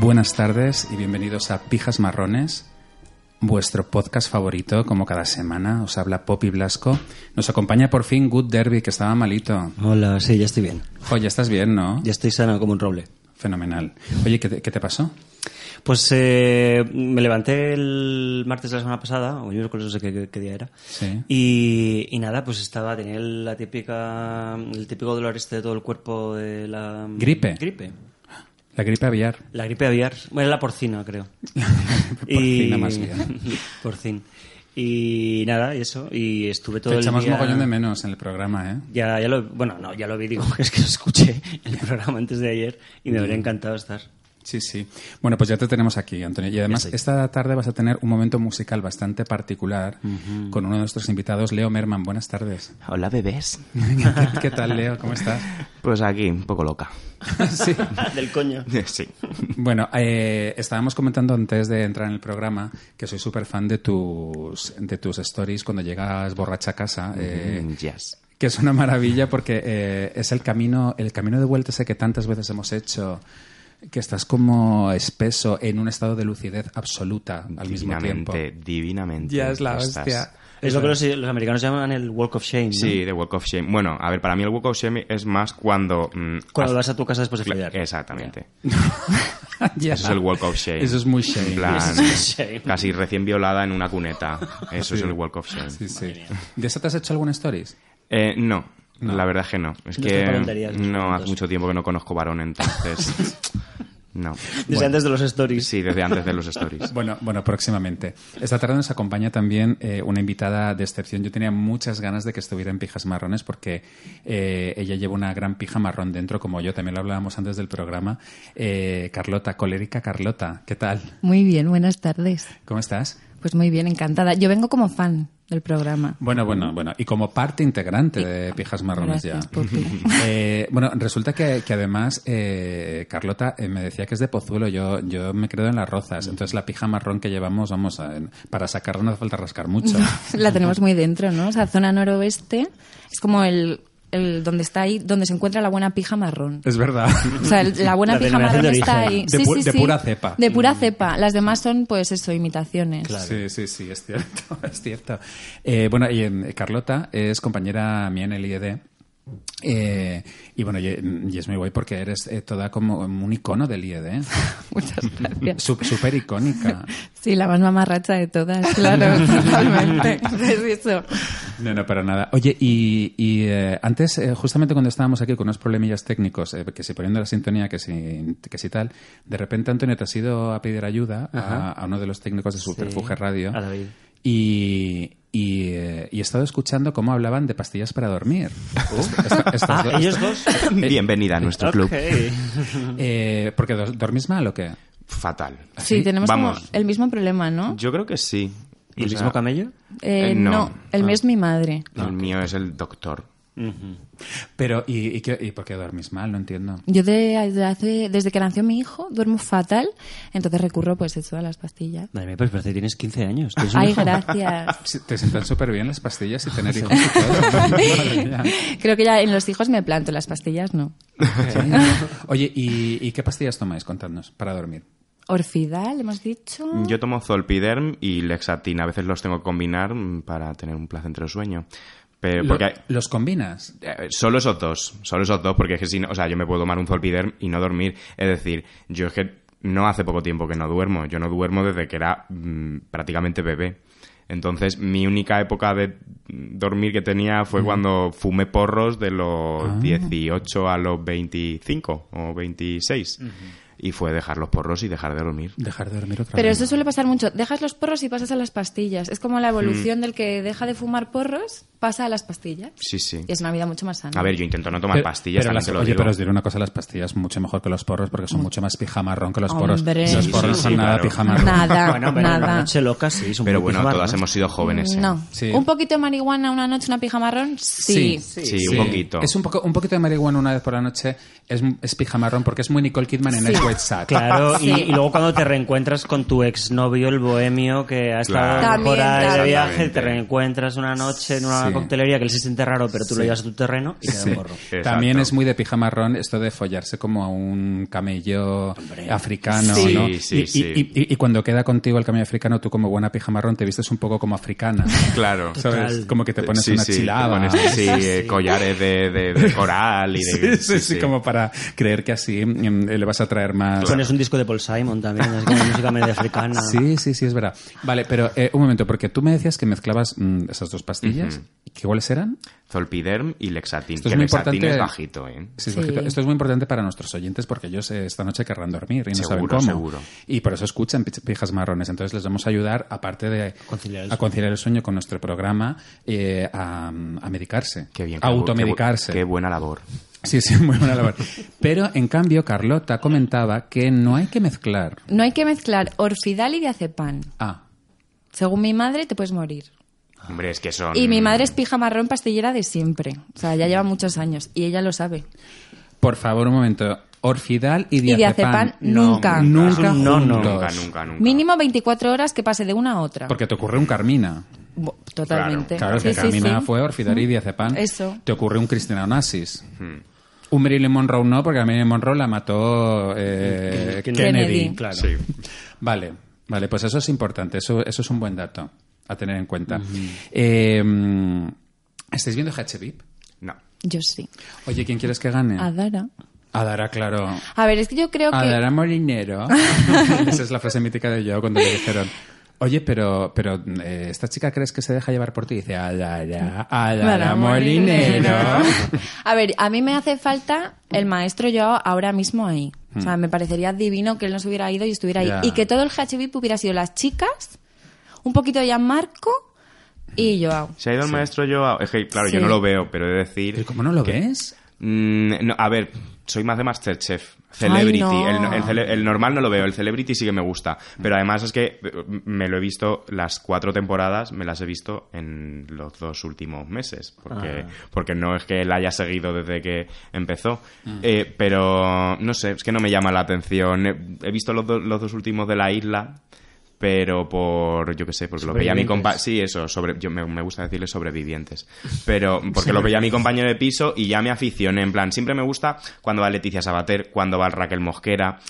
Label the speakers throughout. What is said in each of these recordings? Speaker 1: Buenas tardes y bienvenidos a Pijas Marrones, vuestro podcast favorito, como cada semana. Os habla Poppy Blasco. Nos acompaña por fin Good Derby, que estaba malito.
Speaker 2: Hola, sí, ya estoy bien.
Speaker 1: Jo, ya estás bien, ¿no?
Speaker 2: Ya estoy sana como un roble.
Speaker 1: Fenomenal. Oye, ¿qué te, qué te pasó?
Speaker 2: Pues eh, me levanté el martes de la semana pasada, o yo no sé qué, qué- qué día era,
Speaker 1: Sí.
Speaker 2: y, y nada, pues estaba, tenía la típica, el típico dolor este de todo el cuerpo de la...
Speaker 1: ¿Gripe?
Speaker 2: Gripe.
Speaker 1: La gripe aviar.
Speaker 2: La gripe aviar, bueno, era la porcina, creo.
Speaker 1: Porcina más bien.
Speaker 2: Porcín. Y nada, y eso, y estuve todo
Speaker 1: Te
Speaker 2: el
Speaker 1: echamos
Speaker 2: día...
Speaker 1: mogollón de menos en el programa, ¿eh?
Speaker 2: Ya, ya lo, bueno, no, ya lo vi, digo, que es que lo escuché en el programa antes de ayer y
Speaker 1: Mm.
Speaker 2: me habría encantado estar.
Speaker 1: Sí, sí. Bueno, pues ya te tenemos aquí, Antonio. Y además,
Speaker 2: estoy.
Speaker 1: esta tarde vas a tener un momento musical bastante particular con uno de nuestros invitados, Leo Merman. Buenas tardes.
Speaker 3: Hola, bebés.
Speaker 1: ¿Qué tal, Leo? ¿Cómo estás?
Speaker 3: Pues aquí, un poco loca.
Speaker 1: sí.
Speaker 2: Del coño.
Speaker 3: Sí.
Speaker 1: Bueno, eh, estábamos comentando antes de entrar en el programa que soy súper fan de tus, de tus stories cuando llegas borracha a casa. eh,
Speaker 3: Mm, Yes.
Speaker 1: que es una maravilla porque eh, es el camino, el camino de vuelta ese que tantas veces hemos hecho, que estás como espeso en un estado de lucidez absoluta al mismo tiempo.
Speaker 3: divinamente, divinamente.
Speaker 1: Ya es la
Speaker 3: Estás-
Speaker 1: hostia.
Speaker 2: Es lo que los, los americanos llaman el walk of shame. ¿no?
Speaker 3: Sí, de Walk of Shame. Bueno, a ver, para mí el Walk of Shame es más cuando... mm,
Speaker 2: Cuando
Speaker 3: has-
Speaker 2: vas a tu casa después de follar.
Speaker 3: Exactamente.
Speaker 1: Ya.
Speaker 3: Eso es el Walk of Shame.
Speaker 1: Eso es muy shame.
Speaker 3: En plan,
Speaker 2: Eso es shame.
Speaker 3: Ah, casi recién violada en una cuneta. Eso es el Walk of Shame.
Speaker 1: Sí, sí. ¿De eso te has hecho alguna stories?
Speaker 3: Eh, no, la verdad es que no. Es
Speaker 2: No
Speaker 3: que
Speaker 2: son tonterías, no son
Speaker 3: no hace
Speaker 2: tontos.
Speaker 3: mucho tiempo que no conozco varón, entonces... no.
Speaker 2: Desde antes de los stories.
Speaker 3: Sí, desde antes de los stories.
Speaker 1: Bueno, bueno, próximamente. Esta tarde nos acompaña también eh, una invitada de excepción. Yo tenía muchas ganas de que estuviera en Pijas Marrones porque eh, ella lleva una gran pija marrón dentro, como yo. También lo hablábamos antes del programa. Eh, Carlota, colérica Carlota, ¿qué tal?
Speaker 4: Muy bien, buenas tardes.
Speaker 1: ¿Cómo estás?
Speaker 4: Pues muy bien, encantada. Yo vengo como fan del programa.
Speaker 1: Bueno, bueno, bueno. Y como parte integrante de Pijas Marrones
Speaker 4: Gracias,
Speaker 1: ya.
Speaker 4: Pupi.
Speaker 1: Eh, bueno, resulta que, que además eh, Carlota eh, me decía que es de Pozuelo. Yo, yo me creo en las rozas. Entonces la pija marrón que llevamos, vamos, a- para sacarla no hace falta rascar mucho.
Speaker 4: La tenemos muy dentro, ¿no? O sea, zona noroeste es como el, el donde está ahí, donde se encuentra la buena pija marrón.
Speaker 1: Es verdad.
Speaker 4: O sea, el- la buena
Speaker 2: La
Speaker 4: pija
Speaker 2: denominación
Speaker 4: marrón
Speaker 2: de
Speaker 4: está
Speaker 2: origen.
Speaker 4: ahí.
Speaker 1: De pu- de pura cepa.
Speaker 4: De pura cepa. Las demás son, pues eso, imitaciones.
Speaker 1: Sí, sí, sí, es cierto, es cierto. Eh, bueno, y em, Carlota es compañera mía en el IED. eh, y bueno, y, em, y es muy guay porque eres eh, toda como un icono del IED.
Speaker 4: Muchas gracias.
Speaker 1: ¿eh? Sup- Súper icónica.
Speaker 4: Sí, la más mamarracha de todas, claro, totalmente. Es eso.
Speaker 1: No, no, para nada. Oye, y, y, eh, antes, eh, justamente cuando estábamos aquí con unos problemillas técnicos, eh, que si poniendo la sintonía, que si, que si tal, de repente Antonio te has ido a pedir ayuda a, a uno de los técnicos de Subterfuge Radio.
Speaker 2: a David.
Speaker 1: Y, y, eh, y he estado escuchando cómo hablaban de pastillas para dormir. Est- est- estas
Speaker 2: Ah,
Speaker 1: dos-
Speaker 2: ellos
Speaker 1: estas-
Speaker 2: dos.
Speaker 3: Bienvenida a nuestro club.
Speaker 2: Ok.
Speaker 1: Eh, porque do- dormís mal o qué?
Speaker 3: Fatal.
Speaker 4: Sí, tenemos como
Speaker 3: Ah, Vamos.
Speaker 4: el mismo problema, ¿no?
Speaker 3: Yo creo que sí.
Speaker 2: ¿Y
Speaker 3: O
Speaker 2: el
Speaker 3: sea,
Speaker 2: mismo camello?
Speaker 4: Eh,
Speaker 3: Eh, no.
Speaker 4: no. el mes mi madre.
Speaker 3: El mío es el doctor.
Speaker 1: Pero, ¿y, y, qué- y por qué dormís mal? No entiendo.
Speaker 4: Yo de, de hace, desde que nació mi hijo duermo fatal, entonces recurro pues eso a las pastillas.
Speaker 2: Madre mía, pues parece que tienes 15 años. ¿Tienes un
Speaker 4: Ay,
Speaker 2: hijo?
Speaker 4: gracias.
Speaker 1: Sí, Te sientan súper bien las pastillas y tener hijos y todo. Madre mía.
Speaker 4: Creo que ya en los hijos me planto, las pastillas no.
Speaker 1: Oye, ¿y, y qué pastillas tomáis? Contadnos, para dormir.
Speaker 4: Orfidal, hemos dicho.
Speaker 3: Yo tomo Zolpiderm y Lexatin. A veces los tengo que combinar mm, para tener un placentero sueño. Pero Eh, porque hay-
Speaker 1: Lo- ¿Los combinas?
Speaker 3: eh, solo esos dos. Solo esos dos, porque es que si no... O sea, yo me puedo tomar un Zolpiderm y no dormir. Es decir, yo es que no hace poco tiempo que no duermo. Yo no duermo desde que era mm, prácticamente bebé. Entonces, mi única época de mm, dormir que tenía fue cuando fumé porros de los
Speaker 1: Ah.
Speaker 3: 18 a los 25 o 26. Y fue dejar los porros y dejar de dormir.
Speaker 1: Dejar de dormir otra
Speaker 4: Pero
Speaker 1: vez.
Speaker 4: eso suele pasar mucho. Dejas los porros y pasas a las pastillas. Es
Speaker 3: Mm.
Speaker 4: como la evolución del que deja de fumar porros, pasa a las pastillas.
Speaker 3: Sí, sí.
Speaker 4: Y es una vida mucho más sana.
Speaker 3: A ver, yo intento no tomar
Speaker 1: Pero-
Speaker 3: pastillas,
Speaker 1: pero
Speaker 3: también
Speaker 1: las-
Speaker 3: te lo
Speaker 1: oye,
Speaker 3: digo.
Speaker 1: pero os diré una cosa, las pastillas mucho mejor que los porros porque son mucho más pijamarrón que los poros.
Speaker 4: Hombre.
Speaker 1: Los
Speaker 4: Sí,
Speaker 1: porros
Speaker 3: sí,
Speaker 1: son
Speaker 3: sí,
Speaker 1: nada
Speaker 3: claro.
Speaker 1: pijamarrón.
Speaker 4: Nada,
Speaker 2: Bueno, pero una
Speaker 4: nada.
Speaker 2: noche loca sí. es un
Speaker 3: Pero
Speaker 2: buen
Speaker 3: bueno,
Speaker 2: pijama,
Speaker 3: todas
Speaker 2: ¿no?
Speaker 3: hemos sido jóvenes. ¿eh?
Speaker 4: No.
Speaker 1: Sí.
Speaker 4: Un poquito de marihuana una noche, una pija marrón, sí.
Speaker 3: Sí, un poquito.
Speaker 1: Es un, poco, un poquito de marihuana una vez por la noche es, es pijamarrón porque es muy Nicole Kidman en
Speaker 4: Sí.
Speaker 1: Night White Sat.
Speaker 2: Claro, y,
Speaker 4: Sí.
Speaker 2: y luego cuando te reencuentras con tu exnovio, el bohemio, que ha estado
Speaker 3: Claro.
Speaker 2: por ahí de
Speaker 4: También,
Speaker 2: viaje,
Speaker 3: también.
Speaker 2: te reencuentras una noche en una una coctelería que les siente raro, pero tú lo
Speaker 1: Sí.
Speaker 2: llevas a tu terreno y te da
Speaker 1: Sí.
Speaker 2: un gorro.
Speaker 3: Exacto.
Speaker 1: También es muy de pijama marrón esto de follarse como a un camello africano,
Speaker 3: Sí,
Speaker 1: ¿no?
Speaker 3: sí,
Speaker 1: Y- y,
Speaker 3: sí.
Speaker 1: y- y- y cuando queda contigo el camello africano, tú como buena pijama marrón te vistes un poco como africana,
Speaker 3: Claro.
Speaker 1: ¿sabes?
Speaker 2: Total.
Speaker 1: Como que te pones
Speaker 3: Eh, Sí,
Speaker 1: una
Speaker 3: sí, te
Speaker 1: chilaba.
Speaker 3: pones, sí, eh, collares de, de- de coral y
Speaker 1: Sí,
Speaker 3: de...
Speaker 1: sí, sí, como para creer que así mm, le vas a traer más...
Speaker 2: Pones un disco de Paul Simon también, es como música medio africana.
Speaker 1: Sí, sí, sí, es verdad. Vale, pero eh, un momento, porque tú me decías que mezclabas mm, esas dos pastillas. ¿Qué cuáles eran?
Speaker 3: Zolpiderm y lexatin.
Speaker 1: Esto
Speaker 3: Esto
Speaker 1: es
Speaker 3: que
Speaker 1: muy
Speaker 3: lexatin
Speaker 1: importante.
Speaker 3: es bajito, ¿eh?
Speaker 1: Sí, es
Speaker 4: Sí.
Speaker 1: lógico. Esto es muy importante para nuestros oyentes porque ellos eh, esta noche querrán dormir y no saben
Speaker 3: Seguro,
Speaker 1: cómo.
Speaker 3: seguro.
Speaker 1: Y por eso escuchan Pich- Pijas Marrones. Entonces les vamos a ayudar, aparte de
Speaker 2: conciliar el
Speaker 1: a conciliar el sueño con nuestro programa, eh, a, a medicarse.
Speaker 3: Qué bien.
Speaker 1: A
Speaker 3: qué bu-
Speaker 1: automedicarse.
Speaker 3: Qué, bu- qué buena labor.
Speaker 1: Sí, sí, muy buena labor. Pero en cambio, Carlota comentaba que no hay que mezclar.
Speaker 4: No hay que mezclar orfidal y diazepam.
Speaker 1: Ah,
Speaker 4: Según mi madre, te puedes morir.
Speaker 3: Hombre, es que son...
Speaker 4: Y mi madre es pija marrón pastillera de siempre. O sea, ya lleva muchos años y ella lo sabe.
Speaker 1: por favor, un momento. Orfidal y
Speaker 4: Y
Speaker 1: diazepam.
Speaker 4: diazepam nunca.
Speaker 1: Nunca
Speaker 2: Es un no, no.
Speaker 1: juntos.
Speaker 3: Nunca, nunca, nunca.
Speaker 4: Mínimo 24 horas que pase de una a otra.
Speaker 1: Porque te ocurre un Carmina.
Speaker 4: Bo- Totalmente.
Speaker 1: Claro,
Speaker 4: Sí,
Speaker 1: que
Speaker 4: sí,
Speaker 1: Carmina
Speaker 4: sí.
Speaker 1: fue Orfidal y Diazepam.
Speaker 4: Eso.
Speaker 1: Te ocurre un Cristina Onassis. Un Marilyn Monroe no, porque a Marilyn Monroe la mató eh,
Speaker 2: Kennedy.
Speaker 1: Kennedy.
Speaker 4: Kennedy.
Speaker 2: Claro.
Speaker 3: Sí.
Speaker 1: Vale, vale, pues eso es importante. Eso, eso es un buen dato a tener en cuenta. Eh, mm, ¿Estáis viendo HBIP?
Speaker 3: No.
Speaker 4: Yo sí.
Speaker 1: Oye, ¿quién quieres que gane?
Speaker 4: Adara.
Speaker 1: Adara, claro.
Speaker 4: A ver, es que yo creo que...
Speaker 1: Adara Molinero. Esa es la frase mítica de yo cuando le dijeron. Oye, pero, pero eh, esta chica crees que se deja llevar por ti. Y dice, Adara, Adara
Speaker 4: Adara
Speaker 1: Molinero.
Speaker 4: A ver, a mí me hace falta el maestro yo ahora mismo ahí. O sea, me parecería divino que él nos hubiera ido y estuviera ahí.
Speaker 1: Hmm. Ya.
Speaker 4: Y que todo el HBIP hubiera sido las chicas, un poquito de Marco y Joao.
Speaker 3: ¿Se ha ido el maestro Joao? Es que, claro, yo
Speaker 4: Sí.
Speaker 3: no lo veo, pero he de decir...
Speaker 1: ¿Pero cómo no lo ves?
Speaker 3: Mm, no, a ver, soy más de Masterchef. Celebrity.
Speaker 4: Ay, no.
Speaker 3: el, no- el cele- el normal no lo veo, el Celebrity sí que me gusta. Pero además es que eh, me lo he visto, las cuatro temporadas me las he visto en los dos últimos meses. Porque, porque no es que la haya seguido desde que empezó. Eh, pero no sé, es que no me llama la atención. He, he visto los, do- los dos últimos de la isla. Pero por, yo qué sé, porque lo veía mi compa... Sí, eso, sobre, yo me, me gusta decirle sobrevivientes. Pero porque lo veía mi compañero de piso y ya me aficioné. En plan, siempre me gusta cuando va Leticia Sabater, cuando va Raquel Mosquera.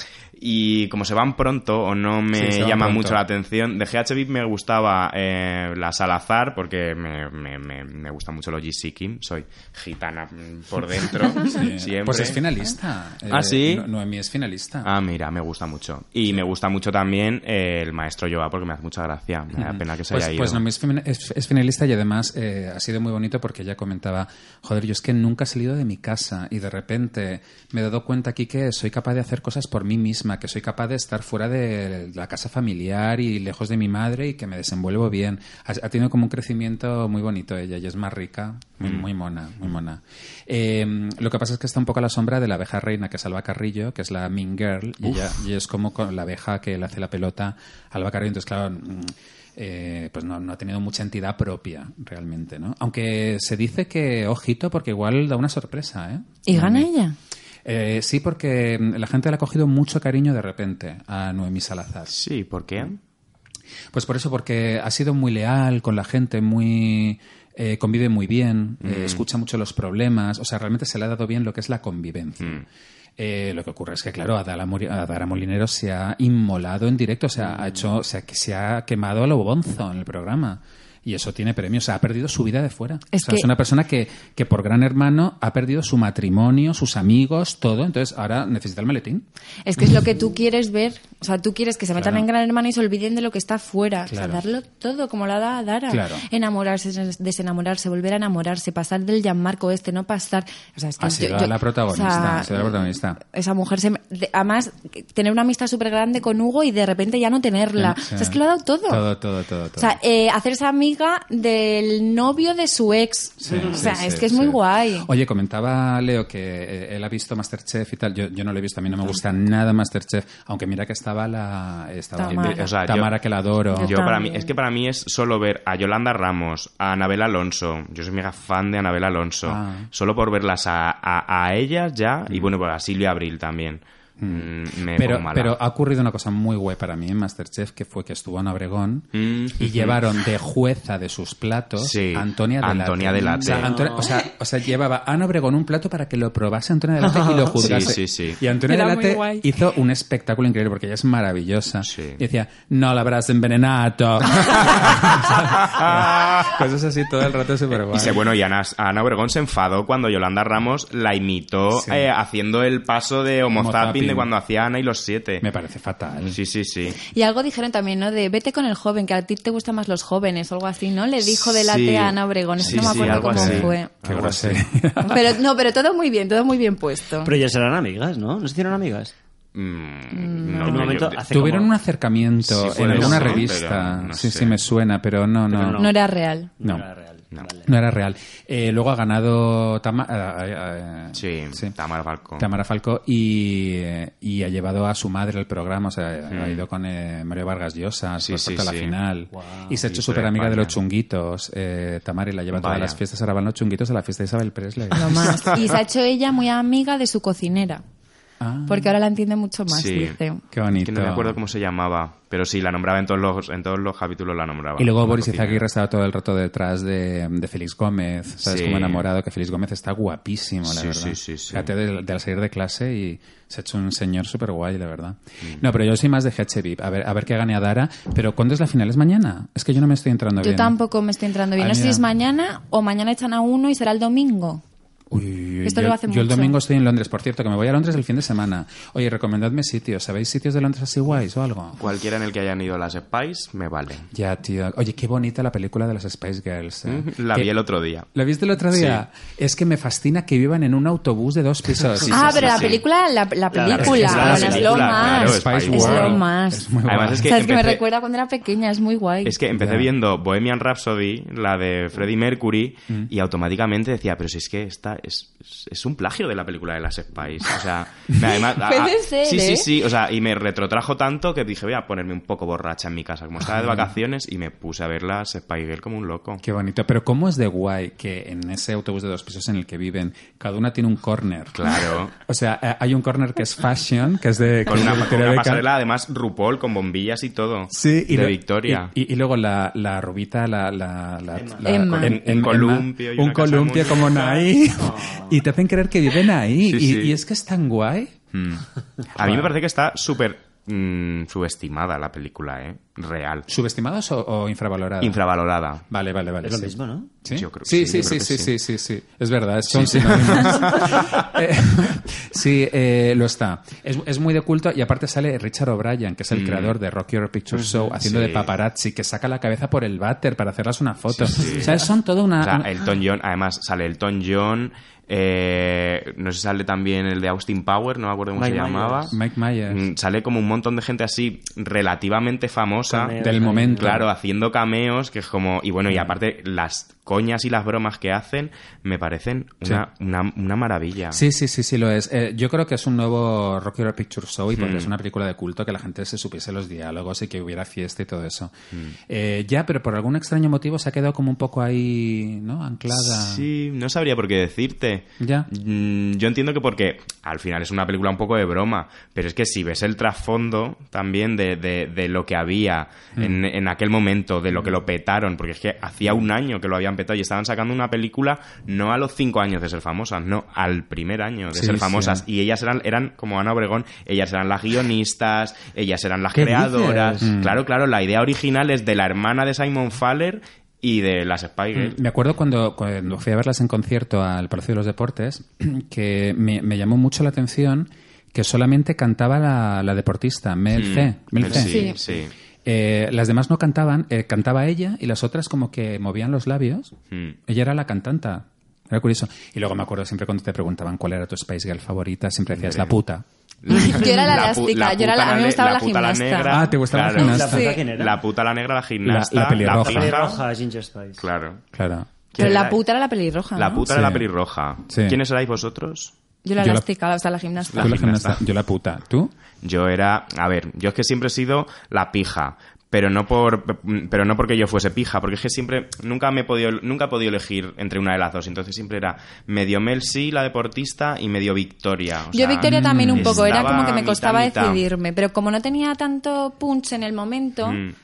Speaker 3: Y como se van pronto o no
Speaker 1: Sí,
Speaker 3: me
Speaker 1: se van
Speaker 3: llama
Speaker 1: pronto.
Speaker 3: mucho la atención, de GHB me gustaba eh, la Salazar porque me, me, me, me gusta mucho los GC Kim. Soy gitana mm, por dentro. siempre.
Speaker 1: Pues es finalista. Eh,
Speaker 3: Ah, ¿sí?
Speaker 1: No- Noemí es finalista.
Speaker 3: Ah, mira, me gusta mucho. Y me gusta mucho también eh, el maestro Yoa porque me hace mucha gracia. Me da pena que se
Speaker 1: pues,
Speaker 3: haya ido.
Speaker 1: pues Noemí es, femi- es- es finalista y además eh, ha sido muy bonito porque ella comentaba, joder, yo es que nunca he salido de mi casa y de repente me he dado cuenta aquí que soy capaz de hacer cosas por mí misma, que soy capaz de estar fuera de la casa familiar y lejos de mi madre y que me desenvuelvo bien. Ha, ha tenido como un crecimiento muy bonito ella y es más rica, muy,
Speaker 3: Mm.
Speaker 1: muy mona, muy mona. Eh, lo que pasa es que está un poco a la sombra de la abeja reina que es Alba Carrillo, que es la Mean Girl y, ella- y es como con la abeja que le hace la pelota a Alba Carrillo. Entonces, claro... mm, eh, pues no, no ha tenido mucha entidad propia realmente, ¿no? Aunque se dice que, ojito, porque igual da una sorpresa, ¿eh?
Speaker 4: ¿Y gana ella?
Speaker 1: Eh, sí, porque mm, la gente le ha cogido mucho cariño de repente a Noemí Salazar.
Speaker 3: Sí, ¿por qué?
Speaker 1: Pues por eso, porque ha sido muy leal con la gente, muy eh, convive muy bien, eh, escucha mucho los problemas, o sea, realmente se le ha dado bien lo que es la convivencia. Eh, lo que ocurre es que, claro, Adara, Mori- Adara Molinero se ha inmolado en directo, o sea, ha hecho, se ha, se ha quemado a lo bonzo en el programa. Y eso tiene premio. O sea, ha perdido su vida de fuera.
Speaker 4: Es
Speaker 1: o sea,
Speaker 4: que-
Speaker 1: es una persona que, que por gran hermano ha perdido su matrimonio, sus amigos, todo. Entonces ahora necesita el maletín.
Speaker 4: Es que es lo que tú quieres ver. O sea, tú quieres que se metan
Speaker 1: Mm. Claro.
Speaker 4: en Gran Hermano y se olviden de lo que está fuera.
Speaker 1: Claro.
Speaker 4: O sea, darlo todo, como la da Dara.
Speaker 1: Claro.
Speaker 4: Enamorarse, des- desenamorarse, volver a enamorarse, pasar del Gianmarco este, no pasar... O sea, es que
Speaker 1: Ha sido
Speaker 4: yo- yo-
Speaker 1: Ah, la protagonista, ha sido la protagonista.
Speaker 4: Esa mujer, se me- de- además, tener una amistad súper grande con Hugo y de repente ya no tenerla. O sea, es que lo ha dado todo.
Speaker 1: Todo, todo, todo.
Speaker 4: O
Speaker 1: todo.
Speaker 4: sea, eh, hacerse amiga del novio de su ex.
Speaker 1: Sí,
Speaker 4: o
Speaker 1: sí,
Speaker 4: sea,
Speaker 1: sí,
Speaker 4: es que es
Speaker 1: sí.
Speaker 4: muy guay.
Speaker 1: Oye, comentaba Leo que eh, él ha visto Masterchef y tal. Yo, yo no lo he visto, a mí no me gusta nada Masterchef. Aunque mira que estaba la. Estaba
Speaker 4: Tamara.
Speaker 1: Tamara,
Speaker 3: O sea, yo-
Speaker 1: que la adoro.
Speaker 4: Yo
Speaker 3: Yo para mí,
Speaker 4: también.
Speaker 3: es que para mí es solo ver a Yolanda Ramos, a Anabel Alonso. Yo soy mega fan de Anabel Alonso.
Speaker 1: Ah. Mm.
Speaker 3: Solo por verlas a, a, a ellas ya. Y bueno, pues a Silvia Abril también. mm, me
Speaker 1: Pero,
Speaker 3: pongo mala.
Speaker 1: pero ah, ha ocurrido una cosa muy guay para mí en Masterchef, que fue que estuvo en Abregón
Speaker 3: Mm.
Speaker 1: y llevaron de jueza de sus platos
Speaker 3: Sí,
Speaker 1: a Antonia Delate.
Speaker 3: Antonia Delate.
Speaker 1: O sea, Antonia- o sea- o sea, llevaba a Ana Obregón un plato para que lo probase Antonia Delate y lo juzgase.
Speaker 3: Sí, sí, sí.
Speaker 1: Y Antonia
Speaker 4: Era muy
Speaker 1: Delate
Speaker 4: guay.
Speaker 1: hizo un espectáculo increíble porque ella es maravillosa.
Speaker 3: Sí.
Speaker 1: Y decía, no la habrás envenenado. O sea, Cosas así todo el rato súper guay.
Speaker 3: Y se- bueno, y Ana, Ana Obregón se enfadó cuando Yolanda Ramos la imitó
Speaker 1: Sí.
Speaker 3: eh, haciendo el paso de Homo
Speaker 1: Homo
Speaker 3: Zapping de
Speaker 1: zapping.
Speaker 3: cuando hacía Ana y los siete.
Speaker 1: Me parece fatal.
Speaker 3: Sí, sí, sí.
Speaker 4: Y algo dijeron también, ¿no? De vete con el joven, que a ti te gustan más los jóvenes o algo así, ¿no? Le dijo delate
Speaker 3: Sí.
Speaker 4: a Ana Obregón, es que
Speaker 3: Sí,
Speaker 4: no me
Speaker 3: sí,
Speaker 4: acuerdo
Speaker 3: algo
Speaker 4: cómo
Speaker 3: así.
Speaker 4: fue.
Speaker 1: Qué
Speaker 3: Algo así.
Speaker 1: grosería.
Speaker 4: Pero no, pero todo muy bien, todo muy bien puesto.
Speaker 2: Pero ya serán amigas, ¿no? ¿No se hicieron amigas?
Speaker 3: Mm,
Speaker 2: En un
Speaker 3: yo-
Speaker 2: momento
Speaker 3: yo-
Speaker 2: hace
Speaker 1: Tuvieron
Speaker 2: como-
Speaker 1: un acercamiento
Speaker 3: Sí,
Speaker 1: en
Speaker 3: puede
Speaker 1: alguna
Speaker 3: ser,
Speaker 1: revista.
Speaker 3: pero no
Speaker 1: sí,
Speaker 3: sé.
Speaker 1: sí, me suena, pero no, no.
Speaker 2: Pero
Speaker 4: no. era real.
Speaker 1: No.
Speaker 2: era real. Vale.
Speaker 1: No era real. Eh, luego ha ganado Tama- eh, eh,
Speaker 3: Sí,
Speaker 1: sí,
Speaker 3: Tamara Falcón.
Speaker 1: Tamara Falco y, eh, y ha llevado a su madre al programa. O sea, ha ido con eh, Mario Vargas Llosa,
Speaker 3: Mm. Sí,
Speaker 1: por
Speaker 3: sí,
Speaker 1: parte a la
Speaker 3: sí.
Speaker 1: final.
Speaker 2: Guau.
Speaker 1: Y se ha
Speaker 3: Y
Speaker 1: hecho
Speaker 3: fuera
Speaker 1: súper amiga de
Speaker 3: España.
Speaker 1: los chunguitos. Eh, Tamara y la lleva a todas
Speaker 3: Vaya.
Speaker 1: las fiestas. Ahora van los chunguitos a la fiesta de Isabel Presley.
Speaker 4: Lo más. Y se ha hecho ella muy amiga de su cocinera,
Speaker 1: Ah,
Speaker 4: porque ahora la entiende mucho más,
Speaker 3: Sí.
Speaker 4: dice.
Speaker 1: qué
Speaker 3: Es
Speaker 1: bonito.
Speaker 3: que no me acuerdo cómo se llamaba, pero sí, la nombraba en todos los, en todos los capítulos la nombraba.
Speaker 1: Y luego
Speaker 3: Una
Speaker 1: Boris
Speaker 3: cocina.
Speaker 1: Izaguirre estaba todo el rato detrás de, de Félix Gómez, ¿sabes?
Speaker 3: Sí.
Speaker 1: Como enamorado, que Félix Gómez está guapísimo, la
Speaker 3: Sí,
Speaker 1: verdad.
Speaker 3: sí, sí, sí.
Speaker 1: Fíjate del, del salir de clase y se ha hecho un señor súper guay, la verdad.
Speaker 3: Mm.
Speaker 1: No, pero yo soy más de GH VIP. A ver, a ver qué gane a Dara. Pero ¿cuándo es la final? ¿Es mañana? Es que yo no me estoy entrando
Speaker 4: Yo
Speaker 1: bien.
Speaker 4: tampoco me estoy entrando bien.
Speaker 1: Ay,
Speaker 4: no sé si
Speaker 1: mira.
Speaker 4: es mañana o mañana echan a uno y será el domingo.
Speaker 1: Uy, uy, uy,
Speaker 4: Esto
Speaker 1: yo,
Speaker 4: lo hace
Speaker 1: yo el
Speaker 4: mucho.
Speaker 1: domingo estoy en Londres, por cierto, que me voy a Londres el fin de semana. Oye, recomendadme sitios. ¿Sabéis sitios de Londres así guays o algo?
Speaker 3: Cualquiera en el que hayan ido las Spice, me vale.
Speaker 1: Ya, tío. Oye, qué bonita la película de las Spice Girls. ¿eh?
Speaker 3: La
Speaker 1: Que-
Speaker 3: vi el otro día.
Speaker 1: ¿La viste el otro día? Es que me fascina que vivan en un autobús de dos pisos.
Speaker 3: Sí,
Speaker 4: ah,
Speaker 3: sí,
Speaker 4: pero
Speaker 3: sí,
Speaker 4: la
Speaker 3: sí.
Speaker 4: película, la, la película,
Speaker 3: película,
Speaker 4: bueno,
Speaker 3: la
Speaker 4: es lo
Speaker 3: película,
Speaker 4: más.
Speaker 3: claro, Spice
Speaker 4: es lo
Speaker 3: World.
Speaker 4: más.
Speaker 1: Es muy
Speaker 3: Además
Speaker 1: guay.
Speaker 3: es que,
Speaker 4: Sabes que me
Speaker 3: empecé-
Speaker 4: recuerda cuando era pequeña, es muy guay.
Speaker 3: es que empecé
Speaker 1: Ya. Mm.
Speaker 3: viendo Bohemian Rhapsody, la de Freddie Mercury, y automáticamente decía, pero si es que esta es, es- es un plagio de la película de las Spice. O sea, me- además... ah,
Speaker 4: Puede ser,
Speaker 3: sí, sí,
Speaker 4: ¿eh?
Speaker 3: sí. O sea, y me retrotrajo tanto que dije, voy a ponerme un poco borracha en mi casa, como estaba de vacaciones, y me puse a ver las Spice Girl como un loco.
Speaker 1: Qué bonito. Pero ¿cómo es de guay que en ese autobús de dos pisos en el que viven, cada una tiene un corner?
Speaker 3: Claro.
Speaker 1: O sea, eh, hay un corner que es fashion, que es de...
Speaker 3: Con
Speaker 1: que es de
Speaker 3: una, con una
Speaker 1: Victoria Beckham.
Speaker 3: pasarela, además, RuPaul con bombillas y todo.
Speaker 1: Sí, y
Speaker 3: de
Speaker 1: lo-
Speaker 3: Victoria.
Speaker 1: Y, y- y luego la, la rubita, la. la, la- la-
Speaker 4: Emma.
Speaker 1: con-
Speaker 4: Un-
Speaker 1: em- Emma,
Speaker 3: columpio y
Speaker 1: un
Speaker 3: una casa
Speaker 1: columpio
Speaker 3: muy
Speaker 1: como
Speaker 3: bonita. Oh.
Speaker 1: Naí. Y te hacen creer que viven ahí.
Speaker 3: Sí,
Speaker 1: y,
Speaker 3: sí.
Speaker 1: y es que es tan guay.
Speaker 3: Mm. A mí me parece que está súper mm, subestimada la película, ¿eh? Real.
Speaker 1: ¿Subestimados o, o infravalorados?
Speaker 3: Infravalorada.
Speaker 1: Vale, vale, vale.
Speaker 2: Es lo
Speaker 1: sí.
Speaker 2: mismo, ¿no?
Speaker 1: ¿Sí?
Speaker 3: Yo creo que
Speaker 1: sí, sí,
Speaker 3: sí, yo creo
Speaker 1: sí,
Speaker 3: que
Speaker 1: sí,
Speaker 3: sí.
Speaker 1: sí, sí, sí. Es verdad, son sinónimos. Eh, sí, eh, lo está. Es, es muy de culto y aparte sale Richard O'Brien, que es el creador de Rocky Horror Picture Show, haciendo
Speaker 3: Mm. sí.
Speaker 1: de paparazzi, que saca la cabeza por el váter para hacerlas una foto. O sea, son todo una...
Speaker 3: O sea,
Speaker 1: una-
Speaker 3: Elton John, además sale Elton John, eh, no sé si sale también el de Austin Power, no me acuerdo cómo
Speaker 2: Mike
Speaker 3: se
Speaker 2: Myers.
Speaker 3: llamaba.
Speaker 1: Mike Myers.
Speaker 3: Mm, Sale como un montón de gente así relativamente famosa.
Speaker 2: Cameo.
Speaker 1: del momento.
Speaker 3: Mm. Claro, haciendo cameos, que es como... Y
Speaker 1: Mm.
Speaker 3: bueno, y aparte las coñas y las bromas que hacen me parecen una, una- una maravilla.
Speaker 1: Sí, sí, sí, sí lo es. Eh, yo creo que es un nuevo Rocky Horror Picture Show y porque es una película de culto que la gente se supiese los diálogos y que hubiera fiesta y todo eso. Eh, ya, pero por algún extraño motivo se ha quedado como un poco ahí, ¿no? Anclada.
Speaker 3: Sí, no sabría por qué decirte.
Speaker 1: Ya.
Speaker 3: Mm, Yo entiendo que porque al final es una película un poco de broma, pero es que si ves el trasfondo también de, de- de lo que había
Speaker 1: Mm.
Speaker 3: en, en aquel momento, de lo que lo petaron, porque es que hacía un año que lo habían petado y estaban sacando una película no a los cinco años de ser famosas, no, al primer año de
Speaker 1: Sí,
Speaker 3: ser
Speaker 1: sí.
Speaker 3: famosas. Y ellas eran, eran, como Ana Obregón, ellas eran las guionistas, ellas eran las
Speaker 2: ¿Qué dices?
Speaker 3: creadoras.
Speaker 1: Mm.
Speaker 3: Claro, claro, la idea original es de la hermana de Simon Faller y de las Spy Girls.
Speaker 1: Mm, Me acuerdo cuando, cuando fui a verlas en concierto al Palacio de los Deportes, que me, me llamó mucho la atención que solamente cantaba la, la deportista, Mel C. Hmm. Mel C.
Speaker 3: Sí,
Speaker 4: Sí.
Speaker 3: Mm. sí.
Speaker 1: Eh, las demás no cantaban, eh, cantaba ella y las otras como que movían los labios.
Speaker 3: Mm.
Speaker 1: Ella era la cantanta. Era curioso. Y luego me acuerdo siempre cuando te preguntaban cuál era tu Spice Girl favorita, siempre decías la puta.
Speaker 4: Yo era la elástica,
Speaker 3: pu-
Speaker 4: yo era la- a mí
Speaker 3: puta
Speaker 4: me gustaba la
Speaker 3: puta
Speaker 4: gimnasta.
Speaker 1: Ah, ¿te gustaba la
Speaker 2: ¿La
Speaker 1: gimnasta?
Speaker 2: fruta
Speaker 4: Sí.
Speaker 2: quién era?
Speaker 3: La puta, la negra, la gimnasta.
Speaker 1: La- la pelirroja.
Speaker 3: fija.
Speaker 2: roja Ginger Spice.
Speaker 3: Claro.
Speaker 1: Claro.
Speaker 4: Pero
Speaker 3: ¿Quién
Speaker 4: la
Speaker 3: era?
Speaker 4: puta era la pelirroja.
Speaker 3: La
Speaker 4: ¿no?
Speaker 3: puta era
Speaker 1: Sí.
Speaker 3: la pelirroja.
Speaker 1: Sí.
Speaker 3: ¿Quiénes erais vosotros?
Speaker 4: Yo la
Speaker 1: Yo la-
Speaker 4: elástica, o sea, la gimnasta.
Speaker 3: La
Speaker 1: Tú la
Speaker 3: gimnasta.
Speaker 1: gimnasta, yo la puta. ¿Tú?
Speaker 3: Yo era... A ver, yo es que siempre he sido la pija. pero no por pero no porque yo fuese pija, porque es que siempre nunca me he podido nunca he podido elegir entre una de las dos, entonces siempre era medio Melsi la deportista y medio Victoria. O
Speaker 4: Yo
Speaker 3: sea, mm,
Speaker 4: Victoria también un poco, era
Speaker 3: estaba
Speaker 4: como que me
Speaker 3: mitad,
Speaker 4: costaba
Speaker 3: mitad.
Speaker 4: decidirme, pero como no tenía tanto punch en el momento,
Speaker 3: Mm.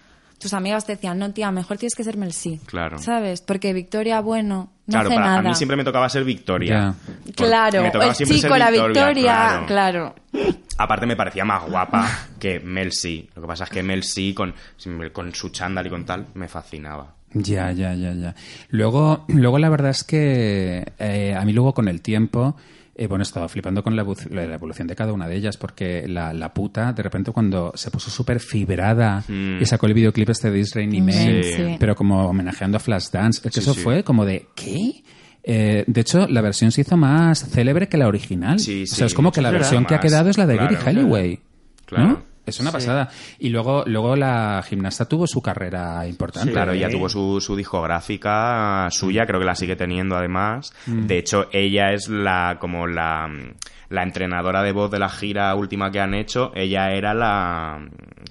Speaker 4: tus amigas te decían, no tía, mejor tienes que serme el sí.
Speaker 3: Claro.
Speaker 4: ¿Sabes? Porque Victoria, bueno, no
Speaker 3: claro,
Speaker 4: hace
Speaker 3: para-
Speaker 4: nada.
Speaker 3: a mí siempre me tocaba ser Victoria. Por-
Speaker 4: Claro,
Speaker 3: me tocaba
Speaker 4: el
Speaker 3: siempre ser
Speaker 4: chico, la Victoria,
Speaker 3: claro.
Speaker 4: claro.
Speaker 3: Aparte me parecía más
Speaker 2: Ah.
Speaker 3: guapa que Mel C. Lo que pasa es que Mel C con, con su chándal y con tal me fascinaba.
Speaker 1: Ya, ya, ya, ya. Luego, luego la verdad es que eh, a mí luego con el tiempo, eh, bueno, estaba flipando con la, evo- la evolución de cada una de ellas, porque la, la puta, de repente cuando se puso súper fibrada
Speaker 3: Mm.
Speaker 1: y sacó el videoclip este de Israel y
Speaker 4: Sí.
Speaker 1: Men,
Speaker 4: Sí.
Speaker 1: pero como homenajeando a Flashdance, es que
Speaker 3: Sí,
Speaker 1: eso
Speaker 3: sí.
Speaker 1: fue como de, ¿qué? Eh, de hecho, la versión se hizo más célebre que la original.
Speaker 3: Sí,
Speaker 1: o
Speaker 3: sí,
Speaker 1: sea, es como que la
Speaker 3: mucho
Speaker 1: versión que ha
Speaker 3: más.
Speaker 1: quedado es la de
Speaker 3: Claro,
Speaker 1: Gary Halliway.
Speaker 3: claro.
Speaker 1: ¿no?
Speaker 3: Claro.
Speaker 1: Es una
Speaker 2: Sí.
Speaker 1: pasada. Y luego, luego la gimnasta tuvo su carrera importante.
Speaker 2: Sí.
Speaker 3: Claro, ella
Speaker 2: Sí.
Speaker 3: tuvo su, su discográfica
Speaker 2: Mm.
Speaker 3: suya, creo que la sigue teniendo además. De hecho, ella es la como la, la entrenadora de voz de la gira última que han hecho. Ella era la